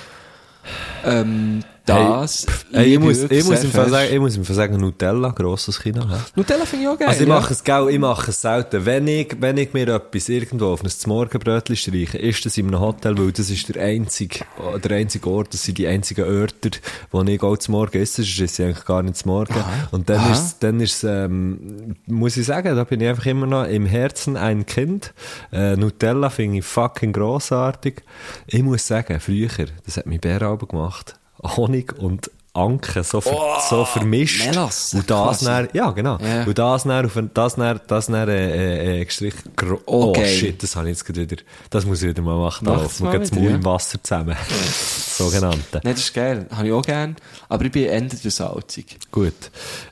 S5: Ähm, das.
S2: Hey, ich,
S5: liebe
S2: muss,
S5: wirklich
S2: ich, muss
S5: sehr
S2: im Fall
S5: fest.
S2: sagen, ich muss im Fall sagen, Nutella, grosses Kino. Ja.
S5: Nutella finde ich auch geil.
S2: Also ich
S5: ja.
S2: mache es, gell, ich mache es selten. Wenn ich, wenn ich mir etwas irgendwo auf ein Morgenbrötchen streiche, ist das in einem Hotel, weil das ist der einzige, der einzige Ort, das sind die einzigen Örter, wo ich auch zum Morgen esse, sonst esse ich eigentlich gar nicht zum Morgen. Und dann
S5: Aha.
S2: ist es- dann ist es, ähm, muss ich sagen, da bin ich einfach immer noch im Herzen ein Kind. Äh, Nutella finde ich fucking grossartig. Ich muss sagen, früher, das hat mein Bär aber gemacht, Honig und Anke so, ver so vermischt.
S5: Melasse,
S2: und das
S5: Oh, quasi.
S2: dann, ja genau,
S5: Ja.
S2: und das dann auf ein, das dann, das dann, äh, äh, äh, gestrichen. Gro-
S5: Oh,
S2: Oh,
S5: geil.
S2: shit, das habe ich jetzt gerade wieder, das muss ich wieder mal machen. Da laufen
S5: Macht's
S2: wir
S5: mal
S2: gerade das
S5: wieder,
S2: Maul (laughs)
S5: ja.
S2: im Wasser zusammen. sogenannten.
S5: Nein, das ist geil. Habe ich auch gerne. Aber ich bin eher der salzig.
S2: Gut.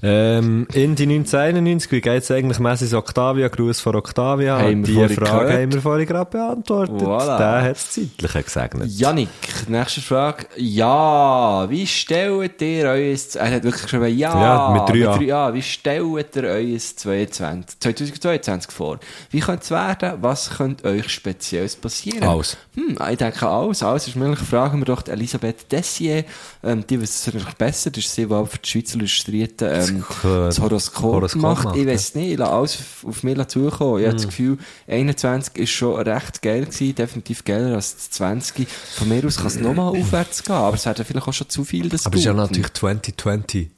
S2: Ähm, Indy 1991, wie geht's eigentlich Messis Octavia? Gruß von Octavia.
S5: Haben wir
S2: Die
S5: vorhin
S2: Frage
S5: gehört.
S2: haben wir vorhin gerade beantwortet.
S5: Voilà.
S2: Der hat es zeitlich gesegnet.
S5: Janik, nächste Frage. Ja, wie stellt ihr euer... Z- Er hat wirklich geschrieben, ja.
S2: Ja, mit drei A.
S5: A. Wie stellt ihr euer 22, 2022 vor? Wie könnte es werden? Was könnte euch spezielles passieren?
S2: Alles.
S5: Hm, ich denke alles. Alles ist möglich. Fragen wir doch die Elisabeth Dessier. Ähm, die weiß es natürlich besser. Das ist sie, die auch für die Schweizer Illustrierte ähm,
S2: äh,
S5: das Horoskop,
S2: Horoskop
S5: macht.
S2: macht,
S5: Ich
S2: ja.
S5: weiß weiß nicht, ich lasse alles auf- auf mich zukommen. Ich habe
S2: Mhm.
S5: das Gefühl, 21 ist schon recht geil gewesen, definitiv geiler als das 20. Von mir aus kann es nochmal aufwärts gehen, aber es wäre dann vielleicht auch schon zu viel, das
S2: Aber es ist ja
S5: Guten.
S2: natürlich 2022.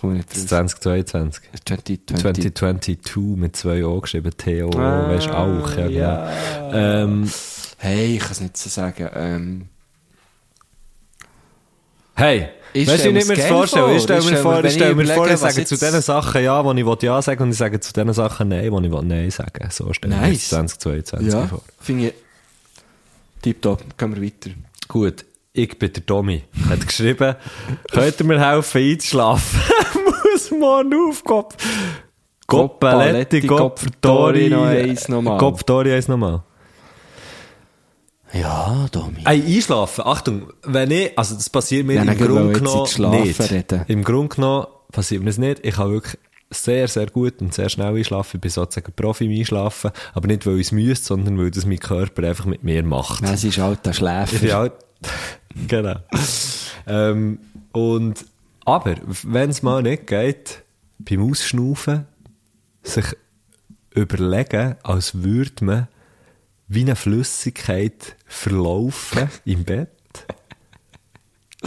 S5: Komm ich nicht raus.
S2: 2022.
S5: 2020.
S2: 2022 mit zwei O geschrieben, Theo,
S5: Ah,
S2: weißt du auch. Ja, genau.
S5: ja.
S2: Ähm,
S5: Hey, ich kann es nicht so sagen. Ähm,
S2: hey,
S5: Ich
S2: weißt du,
S5: stell
S2: ich nicht
S5: mir
S2: mir das
S5: das
S2: vorstellen.
S5: gerne
S2: Ich stelle
S5: vor.
S2: mir
S5: Ich
S2: vor,
S5: stell mir,
S2: ich stell
S5: wenn
S2: mir
S5: ich
S2: vor, ich
S5: überlege, was
S2: sage zu
S5: jetzt-
S2: diesen Sachen ja, wo ich will ja sagen und ich sage zu diesen Sachen nein, wo ich will nein sagen. So stelle ich mir
S5: Nice.
S2: das 2022
S5: ja,
S2: vor.
S5: finde ich tipptopp. Gehen wir weiter.
S2: Gut, ich bin der Tommy. Hat
S5: (laughs)
S2: geschrieben, könnt ihr mir helfen einzuschlafen? (laughs) Muss morgen aufkommen. Goppaletti,
S5: Goppaletti,
S2: Gopfertori,
S5: Gopfertori, noch eins nochmal.
S2: Gopfertori, eins nochmal.
S5: Ja, Domi.
S2: Ey, einschlafen, Achtung, wenn ich, also das passiert mir
S5: Ja,
S2: im
S5: dann
S2: Grunde
S5: wollen wir
S2: genommen
S5: jetzt in
S2: nicht.
S5: Schlafen reden.
S2: Im Grunde genommen passiert mir das nicht. Ich kann wirklich sehr, sehr gut und sehr schnell einschlafen. Ich bin sozusagen Profi im Einschlafen. Aber nicht, weil ich es müsste, sondern weil das mein Körper einfach mit mir macht.
S5: Es ist halt der
S2: Ich bin
S5: Schläfer.
S2: alt. genau. ähm, und, aber, wenn es mal nicht geht, beim Ausschnaufen sich überlegen, als würde man wie eine Flüssigkeit verlaufen im Bett.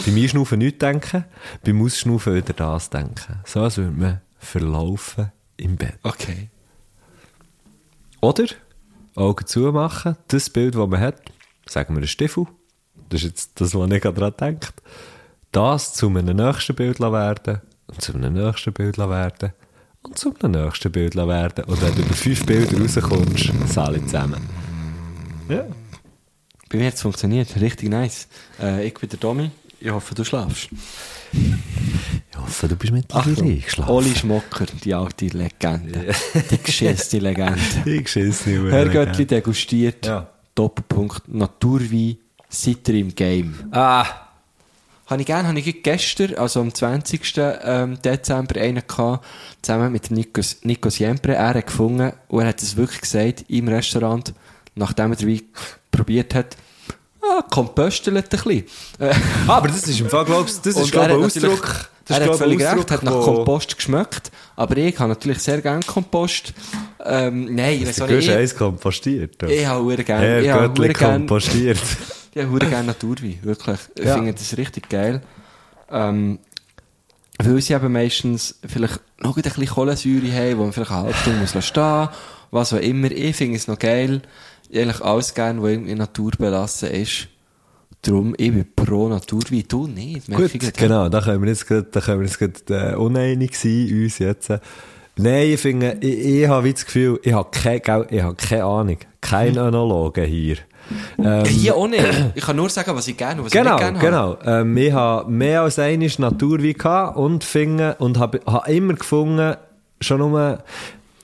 S2: beim Einschnaufen nicht denken, beim Ausschnaufen wieder das denken. So als würde man verlaufen im Bett.
S5: Okay.
S2: Oder Augen zumachen, das Bild, das man hat, sagen wir einen Stiefel, das ist jetzt das, was ich daran denkt, das zu einem nächsten Bild lassen werden und zu einem nächsten Bild lassen werden und zu einem nächsten Bild lassen werden. Und wenn du über fünf Bilder rauskommst, alle zusammen. Ja.
S5: Bei mir hat es funktioniert. Richtig nice. Äh, ich bin der Domi. Ich hoffe, du schlafst.
S2: Ich hoffe, du bist mit
S5: Oli Schmocker, die alte Legende. Die
S2: (laughs)
S5: geschisste Legende.
S2: Ich schiss nicht mehr.
S5: Herr Göttli degustiert.
S2: Ja.
S5: Doppelpunkt Naturwein. Seid ihr im Game?
S2: Ah,
S5: Habe ich gerne, habe ich gerade gestern, also am 20. ähm, Dezember, einen gehabt, zusammen mit dem Nikos, Nikos Jempre. Er hat gefunden und er hat es wirklich gesagt im Restaurant, nachdem er den Wein probiert hat. Ah, kompöstelt ein bisschen. Äh,
S2: Ah, aber das ist im Fall, glaubst du, das
S5: Und
S2: ist, glaube ich,
S5: er
S2: ein
S5: hat natürlich-
S2: Ausdruck. Das ist,
S5: Er
S2: glaub
S5: hat
S2: ich, ein
S5: völlig recht,
S2: Ausdruck,
S5: hat nach
S2: wo-
S5: Kompost geschmeckt, aber ich habe natürlich sehr gerne Kompost. Ähm, nein, ich weiß
S2: Du
S5: auch
S2: gehst
S5: nicht. Ich,
S2: eins kompostiert.
S5: ich habe sehr gerne,
S2: Herr
S5: ich habe
S2: Göttli
S5: sehr gerne,
S2: kompostiert.
S5: ich habe sehr gerne Naturwein, wirklich. Ich
S2: Ja.
S5: finde das richtig geil. Ähm, weil sie eben meistens vielleicht noch ein bisschen Kohlensäure haben, wo man vielleicht eine halbe Stunde muss lassen stehen was auch immer. Ich finde es noch geil. Ehrlich, alles gerne, was irgendwie Natur belassen ist. Darum, ich bin pro Naturwein, du nicht. merke ich
S2: Gut,
S5: gerade.
S2: genau, da können wir jetzt gerade, da können wir jetzt gerade äh, uneinig sein, uns jetzt. äh. Nein, ich finde, ich, ich habe wie das Gefühl, ich habe keine, gell, ich habe keine Ahnung, kein Analoge hier. Ähm,
S5: Hier auch nicht. Mhm. Ich kann nur sagen, was ich gerne und was
S2: Genau,
S5: ich nicht gerne habe.
S2: genau. Ähm, ich habe mehr als eine Naturwein gehabt und finde, und habe, habe immer gefunden, schon nur,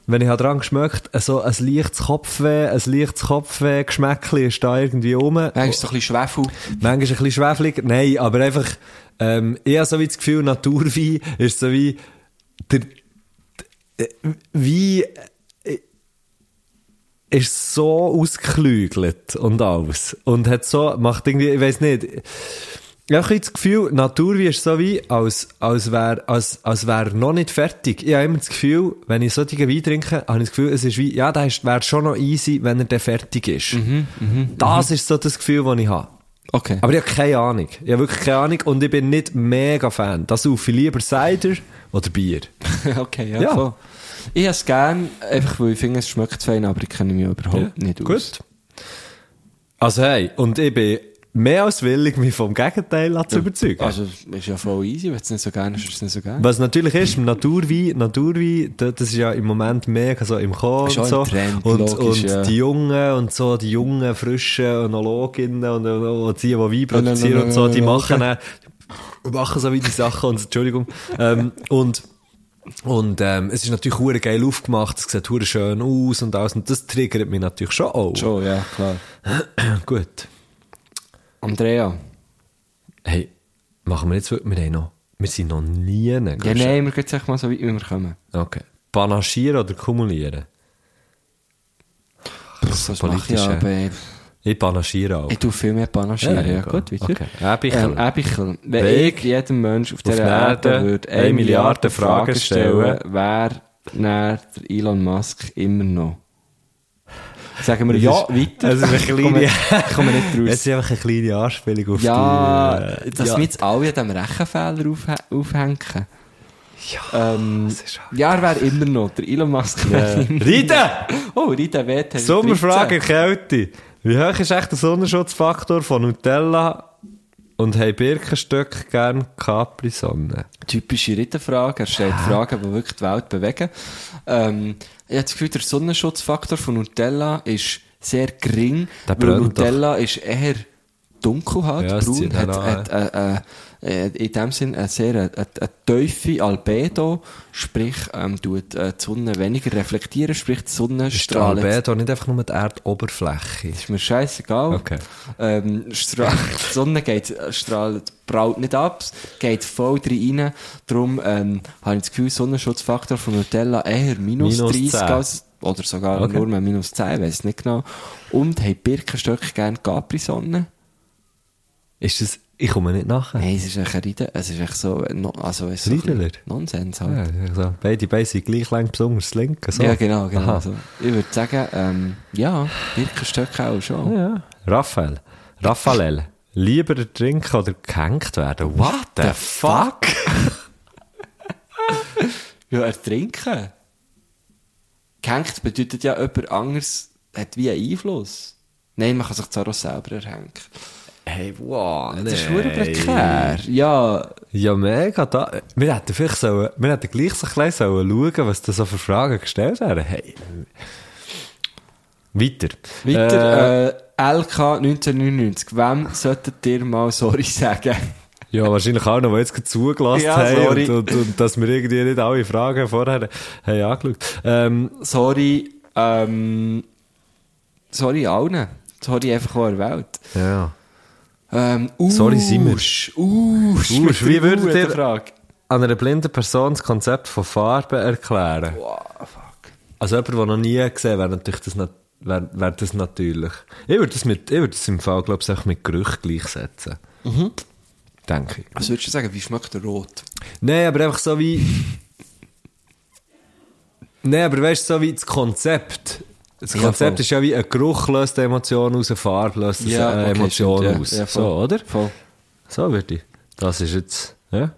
S2: wenn ich daran geschmeckt habe, so ein leichtes Kopfweh, ein leichtes Kopfweh-Geschmäckchen ist da irgendwie rum.
S5: Manchmal ist es so ein bisschen Schwefel.
S2: Manchmal ein bisschen schwefelig. Nein, aber einfach, ähm, ich habe so wie das Gefühl, Naturwein ist so wie der, äh, wie äh, ist so ausgeklügelt und alles. Und hat so, macht irgendwie, ich weiß nicht, ich habe ein bisschen das Gefühl, Naturwein ist so wie, als, als wäre als, als wär noch nicht fertig. Ich habe immer das Gefühl, wenn ich solche Wein trinke, habe ich das Gefühl, es ist wie, ja, das wäre schon noch easy, wenn er dann fertig ist. das ist so das Gefühl, das ich habe.
S5: Okay.
S2: Aber ich habe keine Ahnung. Ich habe wirklich keine Ahnung und ich bin nicht mega Fan. Das auf ich lieber Cider oder Bier.
S5: (laughs) okay, ja,
S2: Ja.
S5: voll. Ich habe es gerne, einfach weil ich finde, es schmeckt fein, aber ich kenne mich überhaupt nicht aus.
S2: Gut. Also hey, und ich bin mehr als willig, mich vom Gegenteil zu überzeugen.
S5: Also, ist ja voll easy, wenn du es nicht so gerne hast, ist es nicht so gerne.
S2: Was natürlich ist, Naturwein, Naturwein, da- das ist ja im Moment mega so im Kommen
S5: Ist
S2: und so.
S5: auch im Trend,
S2: und
S5: logisch,
S2: und
S5: ja.
S2: die Jungen und so, die jungen, frischen Önologinnen und, und, und die, die Wein
S5: nein,
S2: produzieren
S5: nein,
S2: und so,
S5: nein,
S2: die
S5: nein,
S2: machen, dann- machen so wie die Sachen und Entschuldigung. ähm, und und ähm, es ist natürlich hure geil aufgemacht, es sieht hure schön aus und alles. Und das triggert mich natürlich schon auch.
S5: Schon, ja, klar.
S2: Gut.
S5: Andrea.
S2: Hey, machen wir jetzt wirklich, wir haben noch, wir sind noch nie
S5: Ja, nein, wir gehen jetzt echt mal so weit, wie wir kommen.
S2: Okay. Panaschieren oder kumulieren?
S5: Das ist
S2: politisch, ja.
S5: aber
S2: Ich panaschiere auch.
S5: ich tue viel mehr Panaschieren.
S2: Ja,
S5: Ja,
S2: ja,
S5: gut, weiter.
S2: okay. Ebichel.
S5: Ähm, Ebichel. Wenn
S2: Weg
S5: ich jedem Menschen auf
S2: auf
S5: dieser
S2: der
S5: Erde,
S2: Erde
S5: würde
S2: eine
S5: eine
S2: Milliarde
S5: Milliarde
S2: Fragen
S5: Fragen
S2: stellen,
S5: stellen, wäre näher der Elon Musk immer noch. Sagen wir
S2: Es
S5: ja
S2: ist-
S5: weiter.
S2: es ist eine
S5: (laughs) Ich komme-
S2: kleine-
S5: Ich komme nicht raus.
S2: Es ist einfach eine kleine Anspielung auf
S5: Ja,
S2: die... äh,
S5: dass wir jetzt alle an diesem Rechenfehler aufh aufhängen. Ja, ähm, äh,
S2: das
S5: (laughs)
S2: ist auch-
S5: ja, er wäre immer noch. Der Elon Musk
S2: Ehm, Ja.
S5: (laughs) wäre immer
S2: Rita!
S5: Oh, Rita WT.
S2: Sommerfrage Kälte. Wie hoch ist echt der Sonnenschutzfaktor von Nutella und haben Birkenstöcke gern Capri-Sonne?
S5: Typische Ritterfrage. Er stellt
S2: Ah.
S5: Fragen, die wirklich die Welt bewegen. Ähm, ich habe das Gefühl, der Sonnenschutzfaktor von Nutella ist sehr gering.
S2: Der
S5: weil
S2: brennt
S5: Nutella ist eher dunkel halt,
S2: Ja, es
S5: braun,
S2: zieht
S5: hat,
S2: auch
S5: hat äh, äh, äh, in dem Sinn eine sehr äh, äh, eine tiefe Albedo, sprich, ähm, tut äh, die Sonne weniger reflektieren, sprich, die Sonne
S2: Ist
S5: strahlt.
S2: der Albedo nicht einfach nur die Erdoberfläche?
S5: Ist mir scheißegal.
S2: Okay.
S5: Ähm, Stra die Sonne geht, äh, strahlt, braut nicht ab, geht voll drin rein. Darum ähm, habe ich das Gefühl, Sonnenschutzfaktor von Nutella eher minus,
S2: Minus
S5: 30
S2: 10.
S5: als, oder sogar
S2: Okay.
S5: nur mehr minus 10, weiß nicht genau. Und haben Birkenstöcke gerne Capri-Sonne?
S2: Ist das... Ich komme nicht nachher.
S5: Nein, es ist echt ein Rieden, es ist echt so, äh, no, also es ist so ein
S2: Riedeler?
S5: bisschen Nonsens
S2: Ja,
S5: halt.
S2: also, beide Beine sind gleich lang, besonders das linke. So.
S5: Ja, genau, genau.
S2: Aha.
S5: So. Ich würde sagen, ähm, ja, Birkenstöcke auch schon.
S2: Ja. Raphael. Raphael. Lieber trinken oder gehängt werden? What the fuck?
S5: Ja, ertrinken. Gehängt bedeutet ja, jemand anderes hat wie einen Einfluss. Nein, man kann sich zwar auch selber erhängen.
S2: Hey, wow.
S5: Das ist verdammt prekär. Ja,
S2: Ja, mega. Da, wir hätten vielleicht sollen, wir hätten gleich so klein sollen schauen, was da so für Fragen gestellt werden. Hey. Weiter. Äh,
S5: weiter. Äh, LK 1999. Wem solltet ihr mal sorry sagen?
S2: ja, wahrscheinlich auch noch, weil jetzt gerade zugelassen
S5: Ja,
S2: haben
S5: sorry.
S2: und, und, und dass wir irgendwie nicht alle Fragen vorher haben angeschaut. Ähm,
S5: Sorry, ähm, sorry allen. Sorry einfach auch der Welt.
S2: ja.
S5: Ähm,
S2: Sorry, sind wir.
S5: Usch, Usch, mit
S2: Usch, wie
S5: der
S2: würdet
S5: U der
S2: ihr-
S5: Frage.
S2: An einer blinden Person das Konzept von Farben erklären.
S5: Wow, fuck.
S2: Also jemand, der noch nie gesehen wäre natürlich das, nat- wär, wär das natürlich. Ich würde das, mit, ich würde das im Fall, glaube ich, auch mit Gerücht gleichsetzen.
S5: Mhm.
S2: Denke ich.
S5: Was würdest du sagen, wie schmeckt der Rot?
S2: Nein, aber einfach so wie... Nein, aber weißt du, so wie das Konzept. Das
S5: Ja,
S2: Konzept
S5: voll.
S2: ist ja wie ein Geruch löst eine Emotion aus, eine Farbe löst
S5: Ja,
S2: eine
S5: okay,
S2: Emotion
S5: stimmt, ja.
S2: aus.
S5: Ja, voll.
S2: so, oder?
S5: Voll.
S2: So würde ich. Das ist jetzt... Ja?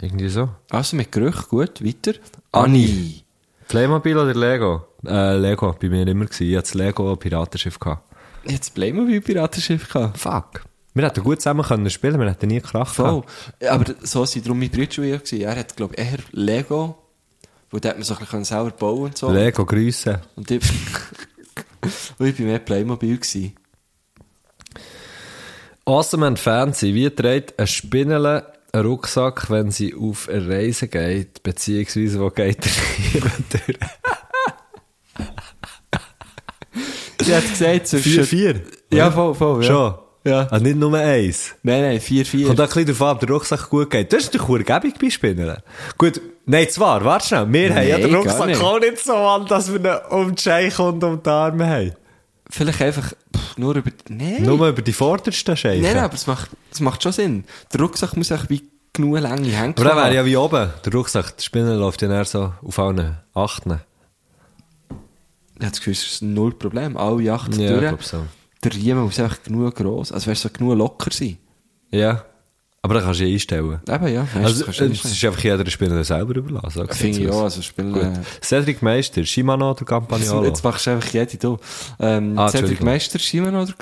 S2: Irgendwie so.
S5: Also mit Geruch, gut, weiter. Anni.
S2: Playmobil oder Lego? Äh, Lego, bei mir immer gewesen. Ich hatte das Lego Piratenschiff. Gehabt.
S5: Jetzt Playmobil Piratenschiff gehabt.
S2: Fuck. Wir hätten gut zusammen können spielen, wir hätten nie Krach
S5: Voll.
S2: gehabt.
S5: Ja, aber so sind drum mein Bruder schon eher gewesen. Er hat, glaube ich, eher Lego, wo dort man so ein bisschen selber bauen und so.
S2: Lego grüssen.
S5: und ich, (laughs) und ich bin mehr Playmobil gewesen.
S2: Awesome and fancy. Wie trägt eine Spinne einen Rucksack, wenn sie auf eine Reise geht? Beziehungsweise, wo geht er (laughs) hier durch?
S5: Ich hätte gesagt, zwischen...
S2: 4-4?
S5: Ja, voll, voll, ja.
S2: Schon?
S5: Ja.
S2: Also nicht nur eins.
S5: Nein, nein, vier, vier.
S2: Kommt auch ein bisschen davon ab, ob der Rucksack gut geht. Das ist doch urgebig bei Spinnen. Gut, nein, zwar, warte schnell. Wir haben ja den
S5: gar
S2: Rucksack
S5: nicht.
S2: auch nicht so an, dass wir ihn um die Scheiche und um die Arme haben.
S5: Vielleicht einfach pff, nur über... Nein.
S2: Nur über die vordersten Scheiche.
S5: nein, nein, aber es macht, es macht schon Sinn. Der Rucksack muss auch wie genug lange hängen.
S2: Aber dann wäre ja wie oben. Der Rucksack, die Spinne läuft ja eher so auf allen Achten.
S5: Ich habe das Gefühl, es ist null Problem. Alle acht
S2: Ja, ich
S5: durch.
S2: glaub so.
S5: Der Riemen muss einfach genug gross, also weißt du, so genug locker sein.
S2: Ja. Aber dann kannst du ja einstellen.
S5: Eben, ja. weisst du,
S2: Also,
S5: kannst
S2: es
S5: du nicht sagen.
S2: ist einfach jeder Spinner selber überlassen. so
S5: Finde ich
S2: sieht's
S5: auch,
S2: aus.
S5: also spielen...
S2: Gut. Cedric Meister, Shimano oder Campagnolo?
S5: Jetzt machst du einfach jede du. Ähm,
S2: Ah,
S5: Cedric (laughs)
S2: Entschuldigung.
S5: Meister, Simon oder...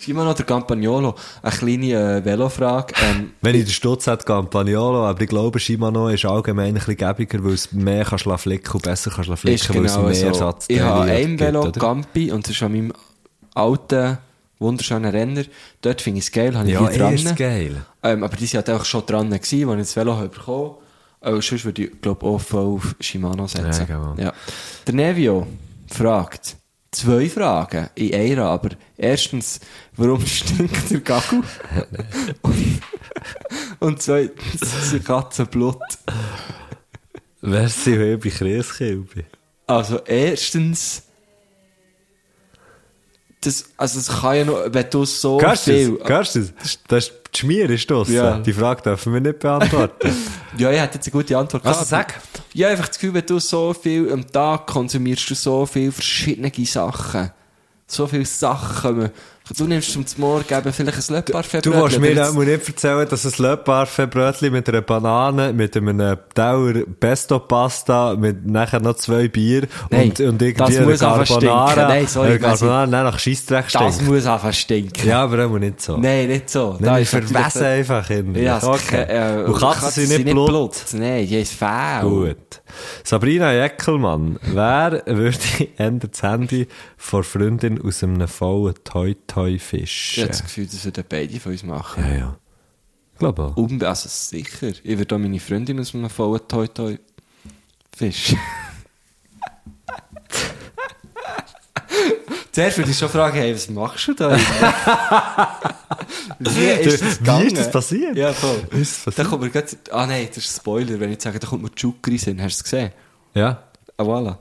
S5: Shimano oder Campagnolo? Eine kleine äh, Velofrage. Ähm,
S2: Wenn ich den Stutz hat, Campagnolo, aber ich glaube, Shimano ist allgemein ein bisschen gäbiger, weil es mehr kann schlafen flicken und besser kann schlafen
S5: ist
S2: flicken, weil
S5: genau
S2: es mehr
S5: so. Ich
S2: Ersatzteile
S5: habe ein
S2: gibt,
S5: Velo,
S2: oder?
S5: Campi, und das ist an meinem alten, wunderschönen Renner. Dort finde ich es geil, habe ich
S2: Ja,
S5: die dran.
S2: eh, ist geil.
S5: Ähm, aber die sind halt einfach schon dran, gewesen, als ich das Velo habe bekommen habe. Äh, sonst würde ich, glaube ich, auch voll auf Shimano setzen.
S2: Ja, genau.
S5: ja. Der Nevio fragt zwei Fragen in einer, aber erstens, warum (laughs) stinkt
S2: (laughs)
S5: der Gagel? und, und zweitens, ist die Katze Blut.
S2: Merci, wie bei Krieskilbe.
S5: Also erstens, das, also das kann ja noch, wenn du so
S2: Hörst
S5: Oh, viel...
S2: du das? Hörst du das? Das ist die Schmier ist draussen.
S5: Ja.
S2: Die Frage dürfen wir nicht beantworten.
S5: Ja, ich hätte jetzt eine gute Antwort
S2: Also,
S5: gehabt.
S2: sag.
S5: Ja, einfach das Gefühl, wenn du so viel am Tag konsumierst, du so viele verschiedene Sachen. So viele Sachen. kommen. Du nimmst zum Morgen eben vielleicht ein Leparfett.
S2: Du willst mir auch mal nicht erzählen, dass ein Löpparfe-Brötchen mit einer Banane, mit einem äh, Dauer Pesto-Pasta, mit nachher noch zwei Bier
S5: Nein,
S2: und, und
S5: das
S2: irgendwie
S5: muss einfach stinken. Nein, sorry,
S2: eine
S5: Messi.
S2: Carbonara dann nach Scheissdreck
S5: Das
S2: stinkt.
S5: muss einfach stinken.
S2: Ja, aber auch nicht so.
S5: Nein, nicht so.
S2: Nein, wir
S5: natürlich
S2: verwesen
S5: der-
S2: einfach innerlich.
S5: Ja, es-
S2: Okay.
S5: äh,
S2: Und Katzen sind nicht Blut.
S5: Nein, die ist faul.
S2: Gut. Sabrina Jeckelmann, wer würde (laughs) eher das Handy vor Freundin aus einem vollen Toi-Toi
S5: Ich
S2: fischen?
S5: habe das Gefühl, das würden beide von uns machen.
S2: Ja, ja. Ich glaube auch.
S5: Um, also sicher. Ich würde auch meine Freundin aus einem vollen Toi-Toi (laughs) Fisch. Zuerst würde ich schon fragen, hey, was machst du da? Wie ist das
S2: Wie
S5: gegangen?
S2: ist das passiert?
S5: Ja, voll.
S2: Wie ist das
S5: Da
S2: passiert?
S5: kommt mir grad, ah nein, das ist ein Spoiler, wenn ich jetzt sage, da kommt mir Tschukkri hin. Hast du es gesehen?
S2: Ja.
S5: Ah, voilà.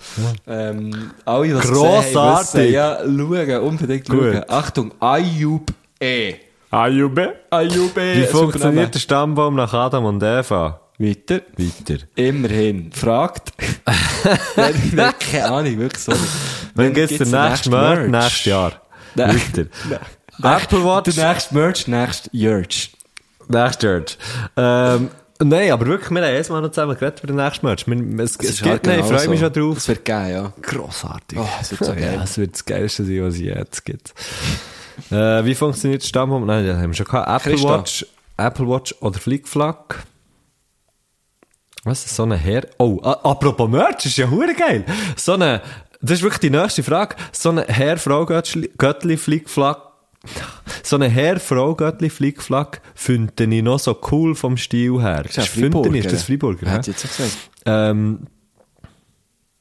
S5: Ähm, alle, was
S2: Grossartig.
S5: Gesehen, haben, wissen, ja, schauen, unbedingt schauen.
S2: Gut.
S5: Achtung, Ayub E.
S2: Ayube.
S5: Ayub E.
S2: Wie
S5: Super
S2: funktioniert der Stammbaum nach Adam und Eva?
S5: Name. Weiter.
S2: Weiter.
S5: Immerhin.
S2: (laughs)
S5: Fragt. Nein, nein, Keine Ahnung, wirklich so.
S2: Wann gibt es den nächsten Mörd? Nächstes Jahr.
S5: Nein.
S2: Weiter. (laughs) Apple Watch.
S5: Der nächste Merch, nächstes Jörg.
S2: Nächstes Merch. Ähm, nein, aber wirklich, wir haben erst mal noch zusammen geredet über den nächsten Merch. Wir- Es, es gibt einen, ich freue mich schon drauf.
S5: halt genau Das wird geil, ja.
S2: Grossartig.
S5: Oh, es wird
S2: (laughs)
S5: so geil.
S2: Ja, es wird das Geilste sein, was es jetzt gibt. äh, wie funktioniert der Stammbaum? Nein, das haben wir schon gehabt. Apple
S5: Christa.
S2: Watch, Apple Watch oder Flickflack? Was ist so eine Her... Oh, a- apropos Merch, ist ja hure geil. So eine... Das ist wirklich die nächste Frage. So eine Herr-Frau-Göttli-Flickflack... So eine Herr-Frau-Göttli-Flickflack finde ich noch so cool vom Stil her.
S5: Das ist ja
S2: Finde
S5: Freiburger.
S2: ich, Ist das Freiburger? ne? hä?
S5: Hat sie jetzt auch gesagt.
S2: Ähm,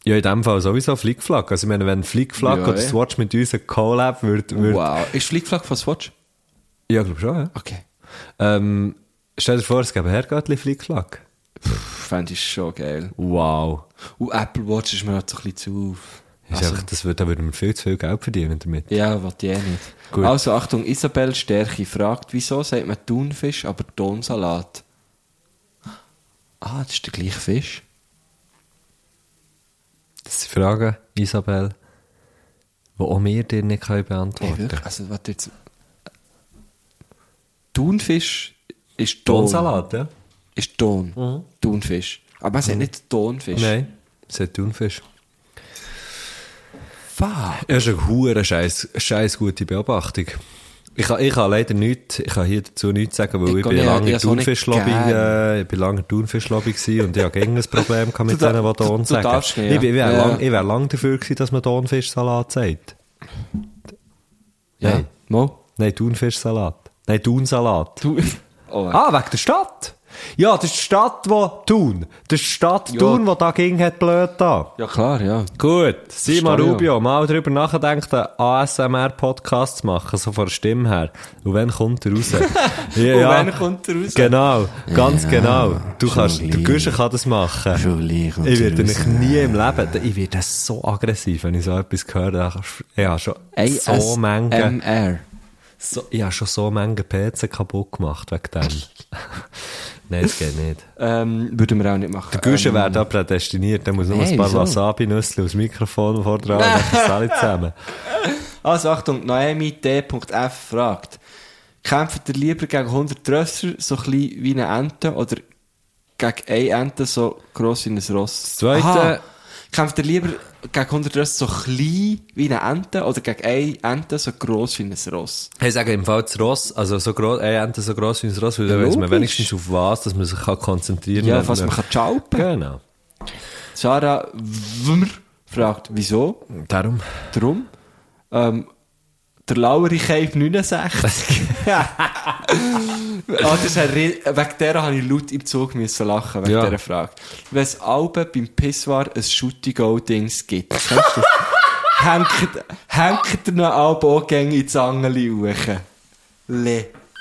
S2: ja, in dem Fall sowieso Flickflack. Also, ich meine, wenn Flickflack
S5: Ja,
S2: oder
S5: eh.
S2: Swatch mit uns ein Collab wird, wird
S5: Wow. Ist Flickflack von Swatch?
S2: Ja, glaube schon, ja.
S5: Okay.
S2: Ähm, stell dir vor, es gäbe Herrgöttli Flickflack.
S5: Fände ich schon geil.
S2: Wow.
S5: Und Apple Watch ist mir halt so ein bisschen zu auf.
S2: Ist
S5: Also-
S2: einfach, das würde, da würden wir viel zu viel Geld verdienen damit.
S5: Ja, wollte ich eh nicht.
S2: Gut.
S5: Also Achtung, Isabel Stärche fragt, wieso sagt man Thunfisch, aber Tonsalat? Ah, das ist der gleiche Fisch.
S2: Das sind Fragen, Isabel, die auch wir dir nicht können
S5: Hey,
S2: beantworten
S5: wirklich? Also, warte jetzt. Thunfisch ist Ton.
S2: Tonsalat, ja?
S5: Ist Ton. Thunfisch. Aber man sagt nicht Tonfisch.
S2: Mhm. Nein. Das ist Thunfisch.
S5: Fuck.
S2: Das ist eine hure scheiß, scheiß gute Beobachtung. Ich kann, ich kann leider nichts, ich kann hier dazu nichts sagen, weil
S5: Ich
S2: ich,
S5: kann
S2: bin
S5: nicht,
S2: lange
S5: ich
S2: in
S5: has auch nicht
S2: Thunfischlobby,
S5: gern.
S2: äh, ich bin lange in Thunfischlobby gewesen und ich habe gegen ein Problem gehabt mit
S5: Du da-
S2: denen, die
S5: du-
S2: Ton
S5: du
S2: sagen.
S5: darfst nicht,
S2: Ich, bin- ich wäre
S5: ja.
S2: lang, ich wär lang dafür gewesen, dass man Thunfischsalat sagt.
S5: Ja.
S2: Nein.
S5: Mo?
S2: Nein, Thunfischsalat. Nein, Thunsalat.
S5: Du. (laughs) Oh,
S2: Ah, wegen der Stadt? Ja, das ist die Stadt, die Thun. Das ist die Stadt Thun, die da ging, hat blöd da.
S5: Ja, klar, ja.
S2: Gut, Simon
S5: Verstehe, ja.
S2: Rubio, mal drüber nachdenken, einen ASMR-Podcast zu machen, so von der Stimme her. Und wann kommt er
S5: (laughs)
S2: raus? ja,
S5: Und wann kommt er raus?
S2: Genau, ganz
S5: Ja,
S2: genau. Du
S5: schon
S2: kannst, der
S5: gleich.
S2: Guschen kann das machen.
S5: Schon gleich kommt
S2: Ich
S5: er
S2: werde mich
S5: raus.
S2: nie im Leben, ich werde so aggressiv, wenn ich so etwas höre. Ich habe schon so Menge,
S5: ASMR.
S2: so, ich habe schon so Menge PC kaputt gemacht wegen
S5: (laughs)
S2: dem. Nein, das geht nicht.
S5: Ähm, würden wir auch nicht machen.
S2: Der Guschen
S5: ähm,
S2: wäre da prädestiniert, der muss nur
S5: Nein,
S2: ein paar
S5: wieso?
S2: Wasabi-Nüsse aus dem Mikrofon vordran und dann das alle zusammen.
S5: Also Achtung, Naomi D.F. fragt, kämpft ihr lieber gegen 100 Trösser, so klein wie eine Ente, oder gegen eine Ente, so gross wie ein Ross?
S2: Das Zweite-
S5: Aha, Kämpft ihr lieber gegen unterdessen so klein wie eine Ente oder gegen eine Ente so gross wie ein Ross?
S2: Ich sage im Fall das Ross, also so gross, eine Ente so gross wie ein Ross, weil dann
S5: Ja,
S2: weiss man
S5: logisch.
S2: wenigstens auf was, dass man sich kann konzentrieren
S5: Ja,
S2: wenn
S5: was man kann schalpen.
S2: Genau.
S5: Sarah Wmr fragt, wieso?
S2: (laughs) Darum.
S5: Drum. Ähm, der lauere Keif 69. ah, das ist ein Rie- wegen der habe ich laut im Zug müssen lachen, wegen
S2: Ja.
S5: dieser Frage. Wenn es Alben beim Pisswar ein Shooty-Go-Dings gibt, kennst du das? hängt, hängt ihr Alben auch gerne in die Angeli hoch?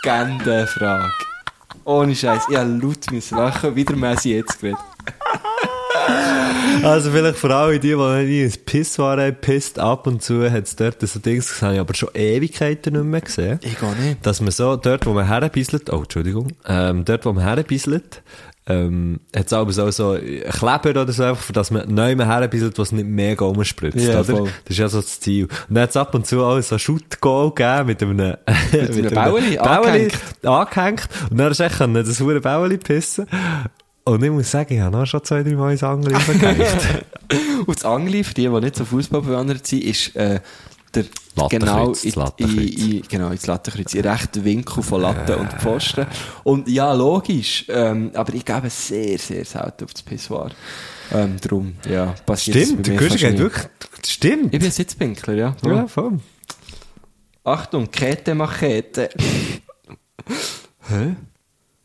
S5: Legendenfrage. Ohne Scheiß, ich habe laut müssen lachen, wieder Messi jetzt geredet.
S2: Also vielleicht vor allem die, die noch nie ins Piss waren, pisst ab und zu, hat es dort so Dings gesehen, habe ich aber schon Ewigkeiten nicht mehr gesehen.
S5: Ich gar nicht.
S2: Dass man so, dort wo man herpisselt, oh, Entschuldigung, ähm, dort wo man herpisselt, ähm, hat es aber so, so Kleber oder so, einfach, für dass man neu mehr herpisselt, was nicht mega rumspritzt,
S5: Ja,
S2: oder?
S5: voll.
S2: Das ist ja so das Ziel. Und dann hat es ab und zu auch so Shoot-Goal gegeben mit
S5: (laughs)
S2: einem, (laughs) mit (laughs)
S5: einem Baueli angehängt.
S2: angehängt. Und dann hast du echt können, das hure Baueli pissen. Und ich muss sagen, ich habe auch schon zwei, drei Mal ins Angel
S5: (laughs)
S2: reingehängt.
S5: Und das Angli, für die, die nicht so fußballbewandert sind, ist äh, der
S2: Lattenkreuz,
S5: genau
S2: das
S5: in,
S2: Lattenkreuz.
S5: In, in, genau ins Lattenkreuz, in rechten Winkel von Latte und
S2: Äh.
S5: Pfosten. Und ja, logisch, ähm, aber ich gebe sehr, sehr selten auf das Pissoir. Ähm, drum, ja, passiert es bei
S2: Stimmt, der
S5: mir
S2: Kürzig
S5: fast
S2: geht
S5: nie.
S2: wirklich. Stimmt.
S5: Ich bin ein Sitzpinkler, ja.
S2: ja, voll.
S5: Achtung, Kette Machete.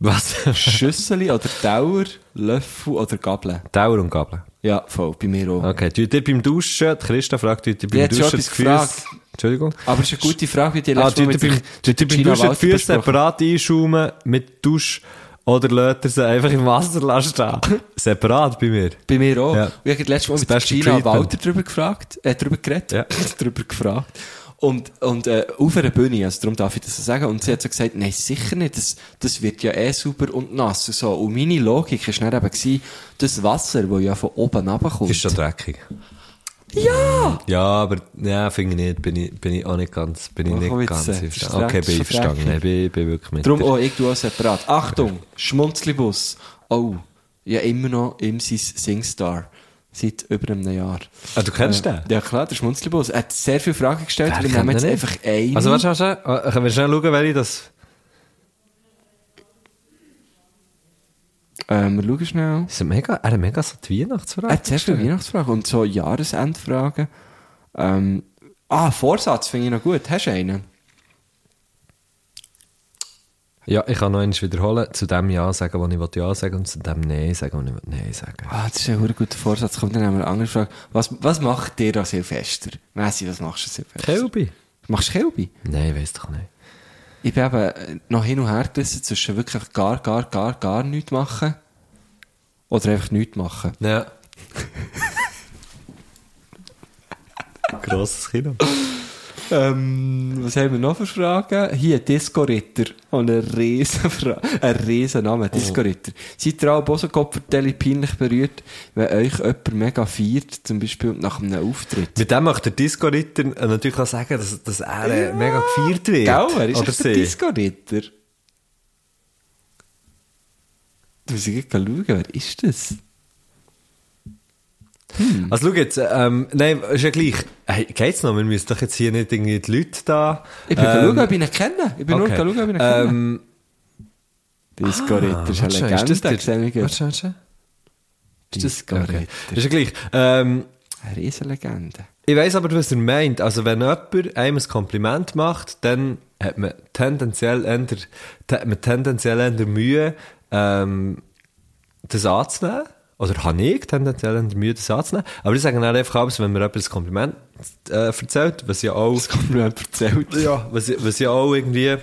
S2: Was?
S5: Schüsseli oder Dauer, Löffel oder Gabel.
S2: (laughs) Dauer und Gabel.
S5: Ja, voll, bei mir auch.
S2: Okay, tut ihr beim Duschen, die Christa fragt, tut ihr beim
S5: Die hat schon
S2: Duschen
S5: etwas
S2: das Gefühl.
S5: gefragt.
S2: Entschuldigung.
S5: Aber es ist eine gute Frage, wie die
S2: Ah,
S5: letzte Mal
S2: tut ihr
S5: mit
S2: beim, tut ihr beim
S5: Gina
S2: Duschen die
S5: Walter
S2: Füße
S5: besprochen haben.
S2: separat einschaumen mit Dusch oder lädt ihr sie einfach im Wasser lassen
S5: (laughs)
S2: stehen? separat bei mir.
S5: Bei mir auch.
S2: Ja.
S5: Ja. Ich habe letztes Mal
S2: Das
S5: mit
S2: beste
S5: Gina
S2: Treatment.
S5: Walter drüber gefragt, äh, drüber geredet,
S2: Ja.
S5: (laughs) drüber gefragt. Und, und äh, auf einer Bühne, also darum darf ich das so sagen. Und sie hat so gesagt, nein, sicher nicht, das, das wird ja eh super und nass und so. Und meine Logik war dann eben, gewesen, das Wasser, das ja von oben runterkommt,
S2: Ist schon dreckig. Ja! Ja, aber ja, finde ich nicht. Bin ich, bin ich auch nicht ganz, bin ich
S5: Ach,
S2: nicht
S5: Witze.
S2: ganz
S5: Ist
S2: einverstanden.
S5: dreckig,
S2: Okay, bin ich
S5: ist
S2: verstanden.
S5: dreckig.
S2: Ich bin, bin wirklich mit
S5: Darum
S2: dir.
S5: auch ich, du auch separat. Achtung, Schmunzlibus. Oh, ja immer noch im Sis Singstar. Seit über einem Jahr.
S2: Ah, du kennst
S5: äh,
S2: den?
S5: Ja klar, der Schmunzlibus. Er hat sehr viele Fragen gestellt.
S2: Wer
S5: Wir
S2: kennt
S5: nehmen jetzt
S2: ihn
S5: einfach
S2: nicht?
S5: einen.
S2: Also, warte, warte, warte. Äh, Können wir schnell schauen, welche das.
S5: ähm, wir schauen schnell.
S2: Ist er mega, er hat mega so die
S5: Er
S2: Weihnachtsfrage.
S5: hat sehr viele Weihnachtsfragen und so Jahresendfragen. Ähm, ah, Vorsatz finde ich noch gut. Hast du einen?
S2: Ja, ich kann noch eins wiederholen. Zu dem Ja sagen, wo ich will Ja sagen und zu dem Nein sagen, wo ich will Nein sagen.
S5: Ah, das ist ein verdammt guter Vorsatz. Kommt dann haben wir eine andere Frage. Was, was macht dir an Silvester? Messi, was machst du an Silvester?
S2: Kelbi?
S5: Machst du Kelbi?
S2: Nein, weiss doch nicht.
S5: Ich bin eben äh, noch hin und her gerissen zwischen wirklich gar, gar, gar, gar nichts machen oder einfach nichts machen.
S2: Ja. (laughs) Grosses Kino.
S5: Ähm, was haben wir noch für Fragen? Hier, Oh, Disco-Ritter. Und eine riesen Frage, ein riesen Name, Disco-Ritter. Seid ihr auch auch so Kopfverteilung peinlich berührt, wenn euch jemand mega feiert, zum Beispiel nach einem Auftritt?
S2: Mit dem möchte der Disco-Ritter äh, natürlich auch sagen, dass, dass er äh, mega gefeiert wird.
S5: Gell, wer ist
S2: Oder
S5: echt der
S2: sie.
S5: Disco-Ritter? Du musst gleich schauen, wer ist das?
S2: Also schau jetzt, ähm, nein, ist ja gleich. Hey, geht's noch? Wir müssen doch jetzt hier nicht irgendwie die Leute da...
S5: Ich bin
S2: ähm,
S5: schauen, ob ich ihn kenne. Ich bin nur
S2: okay.
S5: schauen, ob ich ihn kenne.
S2: ähm,
S5: Disco Ritter ist eine
S2: warte,
S5: Legende.
S2: ist das der...
S5: Xeniger.
S2: Warte, warte.
S5: Ist das Disco
S2: Okay.
S5: Ritter.
S2: Ist ja gleich. Ähm,
S5: Eine Riesenlegende.
S2: Ich weiss aber, was er meint. Also, wenn jemand einem ein Kompliment macht, dann hat man tendenziell eher, te- hat man tendenziell eher Mühe, ähm, das anzunehmen. Oder habe ich tendenziell eher Mühe, das anzunehmen. Aber ich sage dann einfach alles, wenn mir jemand ein Kompliment äh, erzählt, was ja auch...
S5: Das kommt mir jemand erzählt.
S2: (laughs) Ja, was, was ja auch irgendwie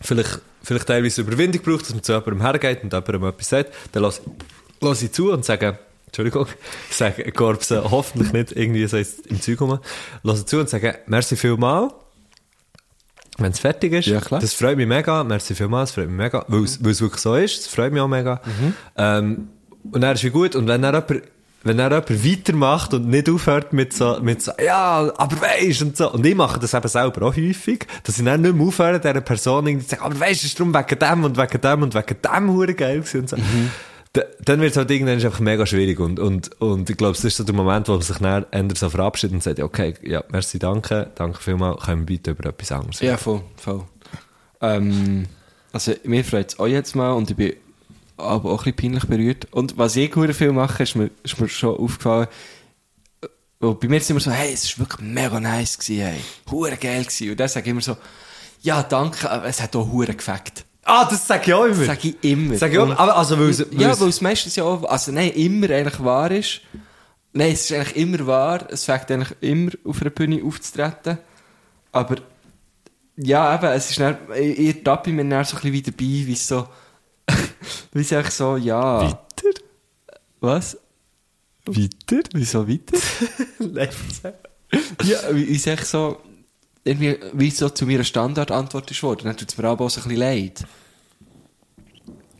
S2: vielleicht, vielleicht teilweise Überwindung braucht, dass man zu jemandem hergeht und jemandem etwas sagt, dann lasse lass ich zu und sage, Entschuldigung, (laughs) sage Gorbsen hoffentlich nicht irgendwie so ins- im Zeug kommen, lasse zu und sage, merci vielmal, wenn es fertig ist.
S5: Ja, klar. Mhm.
S2: Das freut mich mega, merci vielmals, es freut mich mega, weil es weil es wirklich so ist, es freut mich auch mega. Ähm, und dann ist wie gut, und wenn dann jemand wenn dann jemand weitermacht und nicht aufhört mit so, mit so, ja, aber weisst, und so. Und ich mache das eben selber auch häufig, dass ich dann nicht mehr
S5: Mhm.
S2: aufhöre, dieser Person irgendwie zu sagen, aber weisst, es ist darum wegen dem und wegen dem und wegen dem hure geil gewesen und so. da- dann wird es halt irgendwann einfach mega schwierig. Und, und, und ich glaube, es ist so der Moment, wo man sich dann ändert so verabschiedet und sagt, okay, ja, merci, danke, danke vielmals, können wir bitte über etwas anderes reden?
S5: Ja, voll, voll. Ähm, also, mir freut es auch jetzt mal und ich bin aber auch ein bisschen peinlich berührt. Und was ich gut viel mache, ist mir, ist mir schon aufgefallen. Und bei mir ist immer so, hey, es war wirklich mega nice gewesen, hey. Hure geil gewesen. Und dann sage ich immer so, ja, danke, aber es hat auch Hure gefeckt.
S2: Ah, das sage ich auch immer.
S5: Das sage ich immer.
S2: Sag ich auch,
S5: Und-
S2: aber also, weil's-
S5: ja,
S2: weil's-
S5: weil es meistens ja auch, also nein, immer eigentlich wahr ist. Nein, es ist eigentlich immer wahr. Es fängt eigentlich immer auf einer Bühne aufzutreten. Aber ja, eben, es ist dann, ich, ich tappe mir dann so ein bisschen wieder bei, wie es so, (laughs) wie es eigentlich so, ja.
S2: Weiter?
S5: Was?
S2: Weiter?
S5: Wieso weiter? ja, wie wie es eigentlich so, irgendwie, wie es so zu meiner Standardantwort ist worden. Dann tut es mir aber auch so ein bisschen leid.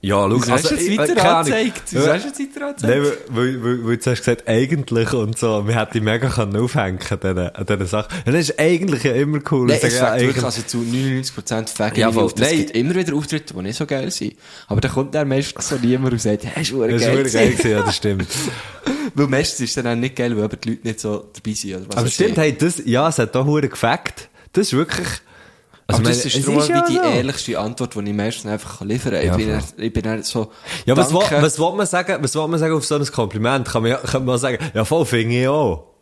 S2: Ja, schau,
S5: Wieso hast du
S2: ich-
S5: jetzt weiter
S2: keine Ahnung.
S5: angezeigt? Wieso hast du jetzt weiter angezeigt?
S2: Nein, weil- weil, weil, weil du hast gesagt, eigentlich und so, wir hätten die mega können aufhängen an diesen, an diesen Sachen. Und das ist eigentlich ja immer cool.
S5: Nein,
S2: Ich sag,
S5: es
S2: ja,
S5: fängt
S2: eigentlich-
S5: wirklich, also zu 99% fängt
S2: Ja,
S5: ja,
S2: voll.
S5: auf. Es
S2: Nein.
S5: gibt immer wieder Auftritte, die nicht so geil sind. Aber dann kommt dann meistens so niemand und sagt, hey, ist verdammt
S2: das ist
S5: geil.
S2: wirklich geil
S5: gewesen. (laughs)
S2: gewesen, ja, das stimmt.
S5: Weil meistens ist dann auch nicht geil, weil eben die Leute nicht so dabei sind. Oder was
S2: Aber
S5: weiß
S2: Ah, stimmt,
S5: ich.
S2: hey, das, ja, es hat auch hure gefackt. Das ist wirklich,
S5: Aber
S2: meine,
S5: das
S2: es
S5: ist darum
S2: ja
S5: wie dus die
S2: so.
S5: ehrlichste Antwort, die ich meistens einfach liefern kann.
S2: eh, Ja,
S5: ich, bin
S2: voll.
S5: dann, ich bin dann so,
S2: Ja, was, will,
S5: danke.
S2: was will man sagen, was will man sagen auf so ein Kompliment? Kann man, ja, kann man sagen, ja, voll, finde ich auch.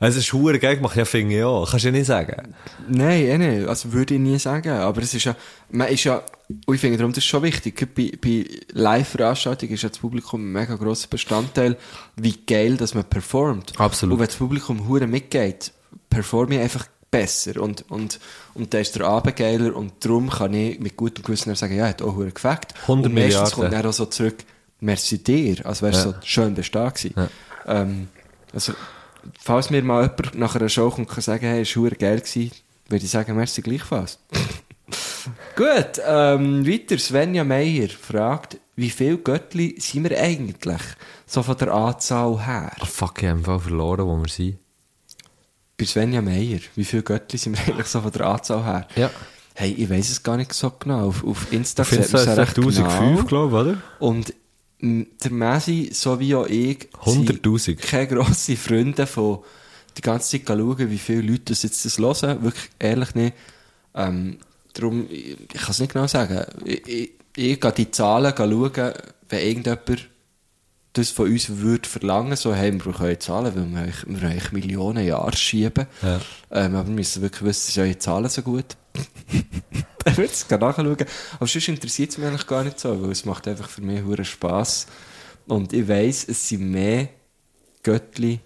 S2: Es ist hure geil gemacht, ja, finde ich auch. Kannst du ja nicht sagen.
S5: Nein, eh nicht. Also würde ich nie sagen. Aber es ist ja, man ist ja, und ich finde darum, das ist schon wichtig. Gerade Bei, bei Live-Veranstaltungen ist ja das Publikum ein mega grosser Bestandteil, wie geil, dass man performt.
S2: Absolut.
S5: Und wenn das Publikum hure mitgeht, performe ich einfach besser und, und, und dann ist der Abend geiler und darum kann ich mit gutem Gewissen dann sagen, ja, hat auch hure gefällt.
S2: 100
S5: und meistens
S2: Milliarden.
S5: kommt dann auch so zurück, merci dir, als wärst du so schön bist du da gewesen. Ähm, also, falls mir mal jemand nach einer Show kommt und kann sagen, hey, es war verdammt geil gewesen, würde ich sagen, merci gleichfalls. (laughs) Gut, ähm, weiter. Svenja Meyer fragt, wie viele Göttli sind wir eigentlich? So von der Anzahl her.
S2: Ah, fuck, ich habe im Fall verloren, wo wir sind.
S5: Bei Svenja Meyer, wie viele Göttli sind wir eigentlich so von der Anzahl her?
S2: Ja.
S5: Hey, ich weiß es gar nicht so genau. Auf, auf Insta
S2: Ich finde
S5: sieht man es ja recht genau.
S2: glaube ich, oder?
S5: Und m, der Messi, so wie auch ich,
S2: 100'000.
S5: sind keine grossen Freunde von die ganze Zeit schauen, wie viele Leute das jetzt das hören. Wirklich, ehrlich nicht. Ähm, darum, ich, ich kann es nicht genau sagen. Ich, ich, ich gehe die Zahlen schauen, wenn irgendjemand das von uns würde verlangen, so, hey, wir brauchen eure Zahlen, weil wir euch, wir euch Millionen Jahre schieben.
S2: Ja.
S5: Ähm, aber wir müssen wirklich wissen, sind eure Zahlen
S2: (laughs)
S5: so gut? Dann würde ich es gerne nachschauen. Aber sonst interessiert es mich eigentlich gar nicht so, weil es macht einfach für mich hohen Spass. Und ich weiss, es sind mehr Göttli,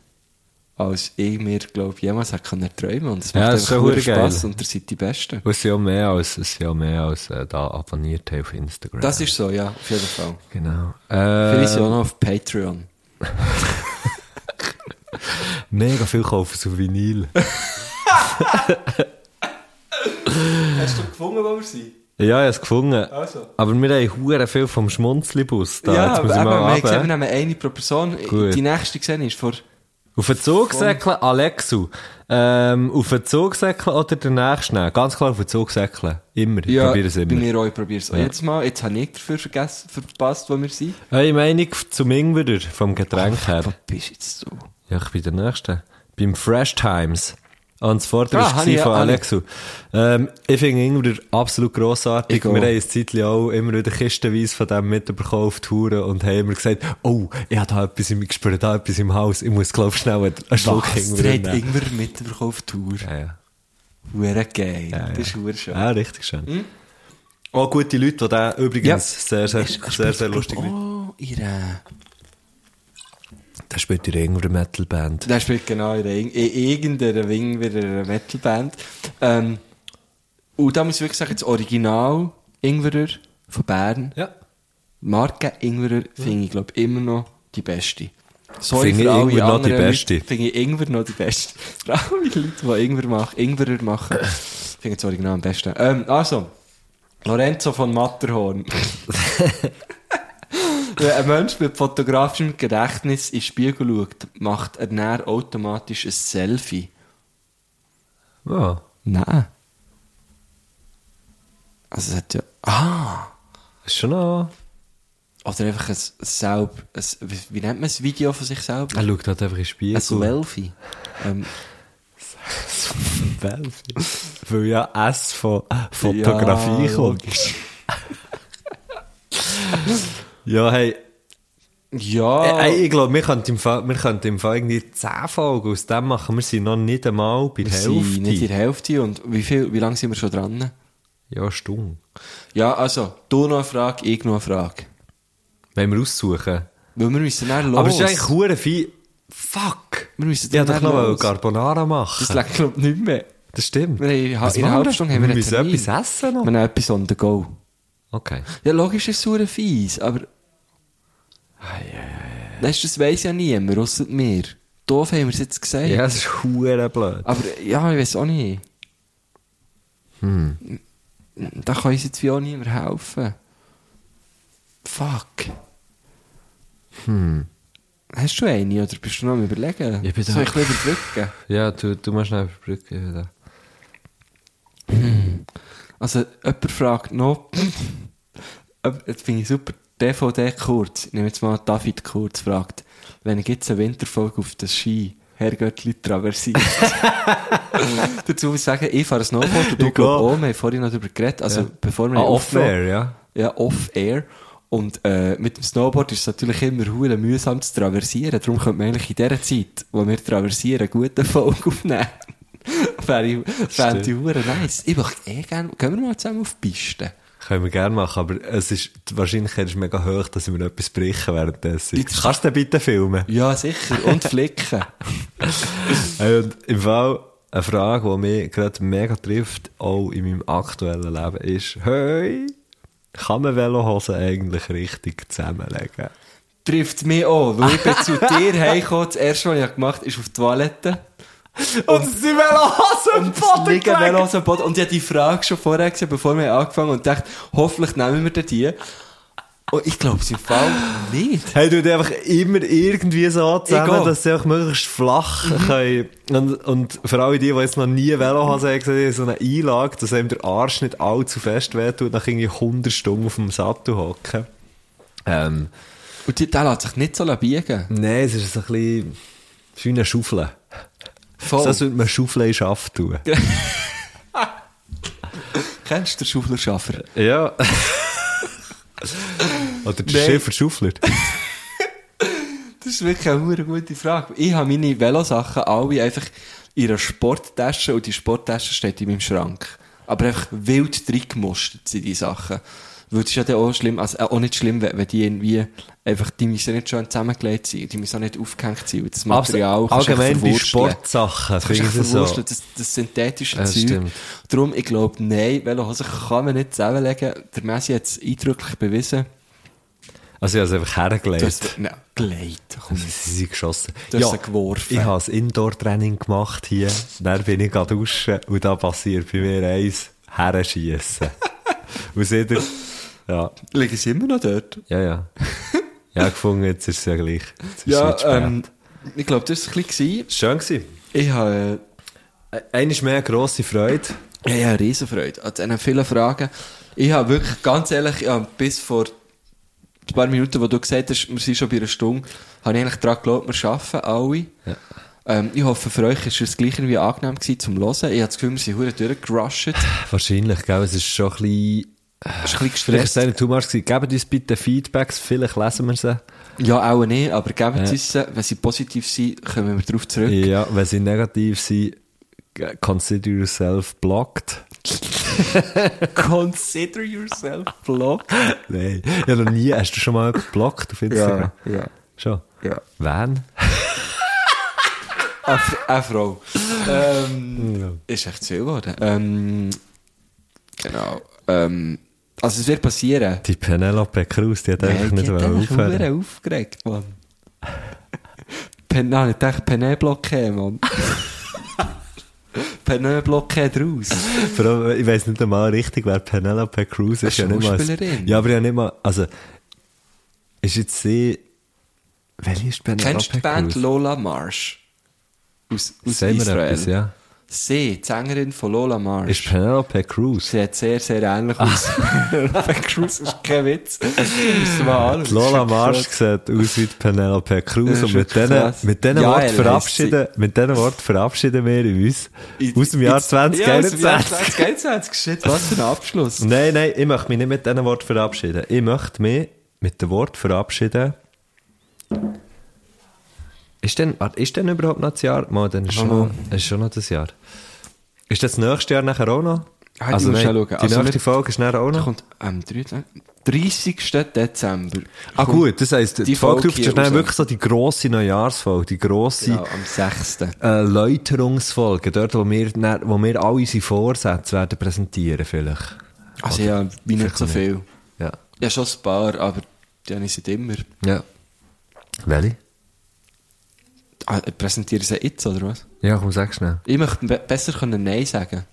S5: als ich mir, glaube ich, jemals hätte können träumen Und es
S2: Ja,
S5: macht
S2: das ist
S5: einfach
S2: schon
S5: hohen
S2: geil.
S5: Spass und ihr seid die Besten.
S2: Und es sind ja mehr als, es sind ja mehr als äh, da abonniert haben auf Instagram.
S5: Das ist so, ja, auf jeden Fall.
S2: Genau.
S5: Vielleicht auch
S2: Äh,
S5: noch auf Patreon.
S2: mega viel kaufen so Vinyl.
S5: Hast du gefunden, wo wir sind?
S2: ja, ich habe es gefunden.
S5: Also.
S2: Aber wir haben hure viel vom Schmunzlibus da.
S5: Ja,
S2: Jetzt
S5: aber
S2: muss ich
S5: eben, wir
S2: mal
S5: haben gesehen, wir
S2: runter.
S5: nehmen eine pro Person.
S2: Gut.
S5: Die nächste gesehen ist vor...
S2: Auf den Zugsäckel, Alexu. Ähm, auf den Zugsäckel oder den nächsten? nehmen? Ganz klar auf den Zugsäckel. Immer. Ich probiere es
S5: Bei
S2: immer.
S5: mir auch, ich probiere es auch. Jetzt mal, jetzt habe ich dafür vergessen, verpasst, wo wir sind.
S2: Hey, Meinung zu Mingwürder vom Getränk her.
S5: bist jetzt du?
S2: Ja, ich bin der Nächste. Beim Fresh Times. Und das Vordere
S5: Ah,
S2: war
S5: habe ich,
S2: von
S5: habe ich.
S2: Alexu. Ähm, ich finde Ingwer absolut grossartig.
S5: Ich
S2: Wir
S5: auch.
S2: haben ein Zeitchen auch immer wieder kistenweise von dem mitbekommen auf die Touren und haben immer gesagt, oh, ich habe da etwas im, ich spüre da etwas im Haus, ich muss, glaube ich, schnell einen- einen Schluck
S5: Was?
S2: Ingwer
S5: Der hat
S2: nehmen.
S5: irgendwer mitbekommen auf Tour.
S2: Ja, ja.
S5: Hure geil.
S2: ja. Ah.
S5: Das ist hure Ah, schön.
S2: ja, richtig schön. Genau. Hm? Auch gute Leute, die da übrigens
S5: Ja.
S2: sehr, sehr, sehr, sehr, lustig sind.
S5: Oh, ihre... Oh,
S2: Der spielt in der Ingwer Metal Band.
S5: Der spielt genau in, der- in irgendeiner Wing wieder einer Metalband. Ähm, und da muss ich wirklich sagen, das Original Ingwerer von Bern,
S2: Ja.
S5: Marke Ingwerer, finde ich, glaube immer noch die beste. Sorry
S2: Finde
S5: für
S2: ich
S5: alle
S2: Ingwer noch
S5: anderen
S2: die
S5: Leute,
S2: beste.
S5: Finde ich Ingwer noch die beste. (laughs) Für alle Leute, die Ingwer machen, Ingwerer machen, finde ich das Original am besten. Ähm, also, Lorenzo von (laughs) Matterhorn. Wenn ein Mensch mit fotografischem Gedächtnis in den Spiegel schaut, macht er näher automatisch ein Selfie.
S2: Ja.
S5: Nein. Also, es hat ja. Ah!
S2: Ist schon noch...
S5: Oder einfach ein selb, ein, wie, wie nennt man das Video von sich selber?
S2: Er schaut halt einfach in Spiel.
S5: Ein Selfie. Ähm,
S2: Weil ja S von Fotografie
S5: Ja,
S2: kommt. (laughs) ja, hey, äh,
S5: ja.
S2: hey ich glaube, wir könnten im Fall, wir könnten im Fall irgendwie 10 Folgen aus dem machen. Wir sind noch nicht einmal bei der
S5: wir sind nicht in
S2: Hälfte.
S5: der Hälfte. Und wie, viel, wie lange sind wir schon dran?
S2: Ja, stumm.
S5: Ja, also, du noch eine Frage, ich noch eine Frage.
S2: Wenn wir aussuchen.
S5: Weil wir müssen dann los.
S2: Aber es ist eigentlich hure viel. Fuck!
S5: Wir müssen
S2: Ich wollte doch
S5: dann
S2: noch
S5: los.
S2: Carbonara machen.
S5: Das lägt, glaube ich, nicht mehr.
S2: Das stimmt.
S5: Wir haben, in einer
S2: Was machen
S5: halben Stunde haben wir einen
S2: müssen
S5: Termin.
S2: etwas essen
S5: Wir
S2: noch.
S5: haben etwas on the go.
S2: Okay.
S5: Ja, logisch ist es hure fies, aber... Weißt du, das weiss ja niemand, ausser mir. Doof haben wir es jetzt gesagt.
S2: Ja, es ist hure blöd.
S5: Aber ja, ich weiß auch nicht.
S2: Hm.
S5: Da kann uns jetzt wie auch niemand helfen. Fuck. Hast du eine oder bist du noch am überlegen?
S2: Hm. Ich bin da-
S5: Soll ich ein bisschen überbrücken?
S2: Ja, du, du musst schnell überbrücken. ja.
S5: Also, jemand fragt noch. Jemand- Jetzt finde ich super. DVD Kurz, ich nehme jetzt mal David Kurz, fragt, wenn gibt es eine Winterfolge auf den Ski? Herr Göttli
S2: (laughs)
S5: traversiert. Dazu muss ich sagen, ich fahre ein Snowboard und du
S2: Ich
S5: glaub
S2: auch.
S5: auch, wir haben vorhin noch darüber geredet, also bevor wir
S2: Ah,
S5: aufgenommen-
S2: off-air, ja.
S5: Ja, off-air. Und äh, mit dem Snowboard ist es natürlich immer hure mühsam zu traversieren. Darum könnte man eigentlich in dieser Zeit, wo wir traversieren, eine gute Folge (laughs) aufnehmen. Wäre ich- Fände ich hure nice. Ich möchte eh gerne... Gehen wir mal zusammen auf die Piste.
S2: Können wir gerne machen, aber es ist, die Wahrscheinlichkeit ist mega hoch, dass wir noch etwas brechen währenddessen.
S5: Jetzt-
S2: Kannst du den bitte filmen?
S5: Ja, sicher. Und (laughs) flicken.
S2: Hey, Und im Fall eine Frage, die mich gerade mega trifft, auch in meinem aktuellen Leben, ist, hey, kann man Velohosen eigentlich richtig zusammenlegen?
S5: Trifft mich auch. Weil ich bin zu (laughs) dir heimgekommen. Das erste, was ich gemacht habe, ist auf die Toilette.
S2: Und es sind Velohosen im
S5: Es liegen Velos am Boden. Und ich habe die Frage schon vorher gesehen, bevor wir angefangen haben und dachte, hoffentlich nehmen wir dir die. Und ich glaube es im Fall nicht.
S2: Hey, du einfach immer irgendwie so
S5: Ich auch.
S2: zusammen, dass sie auch möglichst flach können. Und, und für alle die, die jetzt noch nie Velohosen haben gesehen, so eine Einlage, dass einem der Arsch nicht allzu fest wehtut, nach irgendwie 100 Stunden auf dem Sattel hocken. Ähm,
S5: Und die, der lässt sich nicht so biegen.
S2: nein, es ist so ein bisschen, es ist wie eine Schaufel.
S5: Voll.
S2: Das würde man Schaufeln in Schaft tun.
S5: Kennst du den Schauflerschaffer?
S2: Ja. (laughs) Oder der
S5: Nein.
S2: Schifferschaufler.
S5: Das ist wirklich eine verdammt gute Frage. Ich habe meine Velosachen alle einfach in einer Sporttasche und die Sporttasche steht in meinem Schrank. Aber einfach wild reingemustert sind die Sachen. Weil es ist ja dann auch schlimm, also äh, auch nicht schlimm, wenn, wenn die irgendwie einfach, die müssen nicht schon zusammengelegt sein, die müssen auch nicht aufgehängt sein, weil das Material kannst du
S2: Allgemein
S5: einfach
S2: bei
S5: verwursteln.
S2: Sportsachen.
S5: Das ist
S2: finde ich
S5: echt
S2: es so.
S5: verwurstet, das, das synthetische
S2: Ja,
S5: Zeug.
S2: stimmt.
S5: Darum, ich glaube, nein, Velohose kann man nicht zusammenlegen. Der Messi hat es eindrücklich bewiesen.
S2: Also, ich habe es einfach hergelegt.
S5: Das, nein, gelegt. Komm.
S2: Also, Sie sind geschossen.
S5: Du hast sie geworfen.
S2: Ich habe ein Indoor-Training gemacht hier. Dann bin ich gerade duschen und da passiert bei mir eins,
S5: (laughs)
S2: herschiessen. und seht ihr, ja,
S5: Liegen sie immer noch dort?
S2: ja, ja. Ja, gefunden, jetzt ist es ja ehm, gleich. Jetzt ist es
S5: Ja,
S2: nicht spät.
S5: ähm, ich glaube, das war ein bisschen.
S2: Schön gewesen.
S5: Ich
S2: eh,
S5: habe,
S2: Eine ist mehr grosse Freude.
S5: äh, ich habe Riesenfreude an diesen vielen Fragen. Ich habe wirklich, ganz ehrlich, ich habe bis vor ein paar Minuten, wo du gesagt hast, wir sind schon bei einer Stunde, habe ich eigentlich daran geglaubt, wir schaffen alle.
S2: Ja.
S5: Ähm, ich hoffe, für euch war es gleich irgendwie angenehm gewesen, zum Hören. Ich habe das Gefühl, wir sind verdammt durchgerusht.
S2: Wahrscheinlich, gell? Es ist schon ein bisschen...
S5: Es war ein bisschen
S2: Vielleicht
S5: gestresst.
S2: ist es nicht too much gewesen. Gebt uns bitte Feedbacks, vielleicht lesen wir sie.
S5: Ja, auch nicht, aber geben Sie uns, sie. wenn sie positiv sind, kommen wir darauf zurück.
S2: Ja, wenn sie negativ sind, g- consider yourself blocked.
S5: Consider yourself blocked.
S2: Nein, ja, noch nie. Hast du schon mal jemanden geblockt auf Instagram?
S5: ja.
S2: Schon?
S5: Ja.
S2: Wen?
S5: Eine, F- eine Frau. Ähm, Ist echt zu viel geworden. Ähm, genau. Ähm, also es wird passieren.
S2: Die Penelope Cruz, die hat einfach
S5: Nein,
S2: nicht
S5: die hat
S2: wollen
S5: eigentlich
S2: aufhören.
S5: verdammt aufgeregt, Mann. Pen Nein, ich dachte Peneblocké,
S2: (laughs)
S5: Mann. Peneblocké draus.
S2: Vor allem, ich weiß nicht einmal richtig, wer Penelope Cruz ist.
S5: Eine
S2: ja nicht mal-
S5: Schauspielerin.
S2: Ja, aber ja nicht mal. Also, ist jetzt sie. Welche ist Penelope
S5: Kennst du die Band
S2: Cruz?
S5: Lola Marsh? Aus, aus
S2: Sehen wir
S5: Israel.
S2: etwas, ja.
S5: Sie, die Sängerin von Lola Marsh.
S2: Ist Ah. Penelope Cruz.
S5: Sie sieht sehr, sehr ähnlich aus. (laughs) Penelope Cruz ist kein Witz. Das (laughs) war alles.
S2: Lola Marsch sieht aus wie die Penelope
S5: Das
S2: Cruz
S5: ist
S2: und mit
S5: wirklich
S2: diesen
S5: krass.
S2: mit diesen
S5: Jael
S2: Worten
S5: heisst
S2: verabschieden, mit diesen Worten verabschieden wir uns
S5: In-
S2: aus dem Jahr
S5: ins- Ja, aus dem Jahr
S2: 2021.
S5: 2021. Shit, was für ein Abschluss.
S2: Nein, nein, ich möchte mich nicht mit diesen Worten verabschieden. Ich möchte mich mit dem Wort verabschieden. Ist denn, warte, ist denn überhaupt noch das Jahr? Mal, dann ist schon, noch, ist schon noch das Jahr. Ist das nächste Jahr nachher auch noch?
S5: Ah, die musst du auch
S2: die
S5: schauen. Also
S2: nächste
S5: nicht-
S2: Folge ist nachher auch
S5: Da
S2: noch.
S5: kommt am 30. Dezember.
S2: Ah
S5: Kommt
S2: gut, das heisst, die,
S5: die
S2: Folge
S5: Folge
S2: dürfte
S5: hier
S2: schnell
S5: raus.
S2: wirklich so die grosse Neujahrsfolge, die grosse
S5: Genau, am 6.
S2: äh, Läuterungsfolge, dort, wo wir, dann- wo wir alle unsere Vorsätze werden präsentieren vielleicht.
S5: Also ja, wie nicht so viel.
S2: Ja.
S5: Ja, schon ein paar, aber die habe ich seit immer.
S2: Ja. Welche?
S5: Ah, präsentiere ich sie jetzt, oder was?
S2: Ja, komm, sag schnell.
S5: Ich möchte be besser können Nein sagen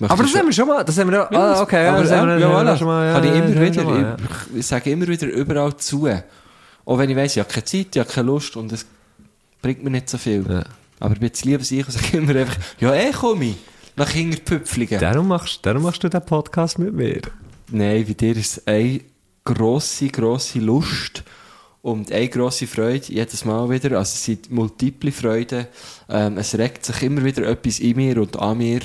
S5: möchte
S2: Aber das
S5: ich schon-
S2: haben wir schon mal. Das haben wir, ah, okay, ja,
S5: aber
S2: das
S5: ja,
S2: haben wir,
S5: ja,
S2: haben wir
S5: voilà.
S2: schon mal. Ja,
S5: Kann ich
S2: ja,
S5: immer
S2: ja,
S5: wieder,
S2: schon mal, ja.
S5: ich, ich sage immer wieder überall zu. Auch wenn ich weiss, ich habe keine Zeit, ich habe keine Lust und es bringt mir nicht so viel.
S2: Ja.
S5: Aber ich bin jetzt lieber ich und sage immer einfach, ja, eh komm ich. Nach Hingerpüpflingen.
S2: Darum, machst, darum machst du den Podcast mit mir.
S5: Nein, bei dir ist es eine grosse, grosse Lust und eine grosse Freude, jedes Mal wieder. Also es sind multiple Freuden. Ähm, es regt sich immer wieder etwas in mir und an mir,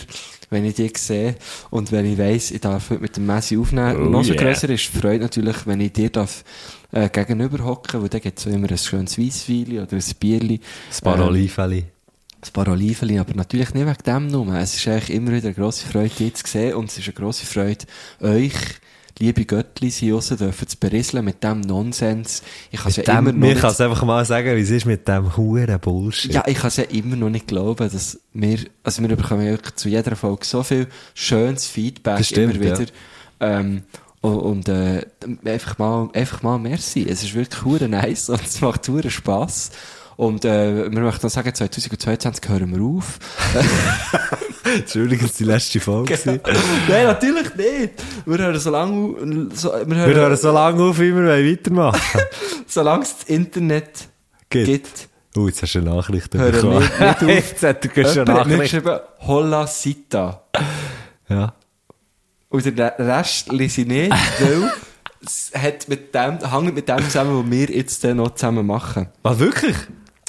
S5: wenn ich dich sehe. Und wenn ich weiss, ich darf heute mit dem Messi aufnehmen.
S2: Oh
S5: und noch so
S2: yeah.
S5: grösser ist die Freude natürlich, wenn ich dir darf, äh, gegenüber hocken, weil dann gibt es immer ein schönes Weisswein oder ein Bierli.
S2: Ein paar
S5: Ähm,
S2: Oliveli.
S5: ein paar Oliven, aber natürlich nicht wegen dem nur. Es ist eigentlich immer wieder eine grosse Freude, dich zu sehen und es ist eine grosse Freude, euch, liebe Göttlis hier draussen, dürfen zu berisseln mit dem Nonsens. Ich kann es ja immer noch
S2: Dem, ich
S5: nicht,
S2: kann es einfach mal sagen, wie es ist mit dem huren Bullshit.
S5: ja, ich kann's ja immer noch nicht glauben, dass wir, also wir bekommen ja wirklich zu jeder Folge so viel schönes Feedback
S2: Das stimmt,
S5: immer wieder. Ähm, und, und äh, einfach mal, einfach mal merci. Es ist wirklich hure nice und es macht hure Spass. Und äh, wir möchten noch sagen, 2022 hören wir auf.
S2: Das ist übrigens die letzte Folge.
S5: Genau.
S2: gewesen.
S5: Nein, natürlich nicht. Wir hören so lange, so, wir hören,
S2: Wir hören so lange auf, wie wir wollen weitermachen
S5: solange es das Internet
S2: Gibt.
S5: gibt.
S2: Oh, jetzt hast du eine Nachricht
S5: Hören wir
S2: bekommen.
S5: nicht auf.
S2: jetzt hat (laughs) er schon
S5: Jemand
S2: eine
S5: hat mir
S2: Nachricht.
S5: geschrieben, Holla Sita.
S2: Ja.
S5: Und der Rest lese ich (laughs) nicht, weil es hat mit dem, hängt mit dem zusammen, was wir jetzt dann noch zusammen machen.
S2: Was, Ah, wirklich?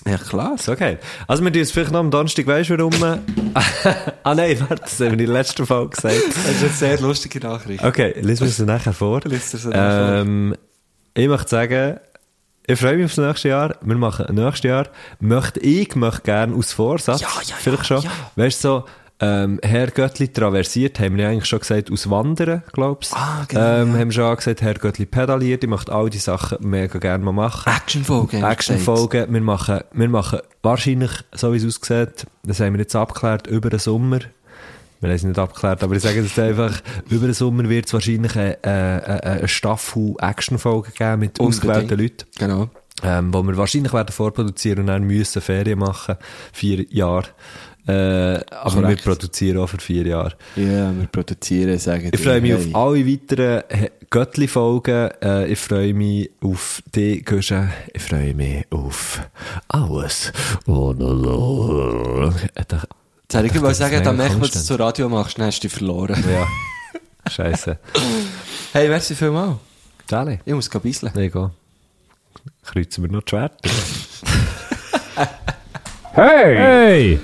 S5: Ja, klar.
S2: So geil. Also, wir tun es vielleicht noch am Donnerstag, weißt du warum? äh, (laughs) ah, nein, warte, das haben wir in der letzten Folge gesagt.
S5: Das ist eine sehr lustige Nachricht.
S2: Okay, lesen wir sie nachher vor.
S5: Lies sie nachher
S2: ähm, ich möchte sagen, ich freue mich aufs nächste Jahr. Wir machen nächstes Jahr. Möchte, ich möchte gerne aus Vorsatz,
S5: Ja, ja,
S2: vielleicht
S5: ja,
S2: schon,
S5: ja.
S2: weißt du, so, ähm, Herr Göttli traversiert, haben wir ja eigentlich schon gesagt, aus Wandern, glaubst du?
S5: Ah, genau,
S2: Ähm, Haben wir schon gesagt, Herr Göttli pedaliert. Ich möchte all die Sachen mega gerne mal machen.
S5: Actionfolge. haben wir gesagt.
S2: Actionfolgen. Wir machen, wir machen wahrscheinlich, so wie es aussieht, das haben wir jetzt abgeklärt, über den Sommer. Wir haben es nicht abgeklärt, aber ich sage jetzt einfach, über den Sommer wird es wahrscheinlich eine, eine, eine- eine Staffel Actionfolgen geben mit
S5: Unbedingt.
S2: ausgewählten Leuten,
S5: Genau.
S2: ähm, wo wir wahrscheinlich werden vorproduzieren und dann müssen Ferien machen, vier Jahre. Äh, aber wir
S5: Korrekt.
S2: produzieren auch für vier Jahre.
S5: Ja, wir produzieren, sagen
S2: Ich freue mich auf alle weiteren He- Göttli-Folgen. Äh, ich freue mich auf die Gösche. Ich freue mich auf alles. Oh, no, no. Äh, da-
S5: Jetzt hätte ich mal
S2: das
S5: sagen,
S2: ist
S5: da
S2: mega
S5: merkt man, dass du
S2: konstant.
S5: so Radio machst, dann hast du dich (laughs) verloren.
S2: Ja. Scheiße.
S5: Hey, merci vielmals.
S2: Dale.
S5: Ich muss gehen bisseln.
S2: Nein, geh. Kreuzen wir noch die Schwerter.
S1: Hey!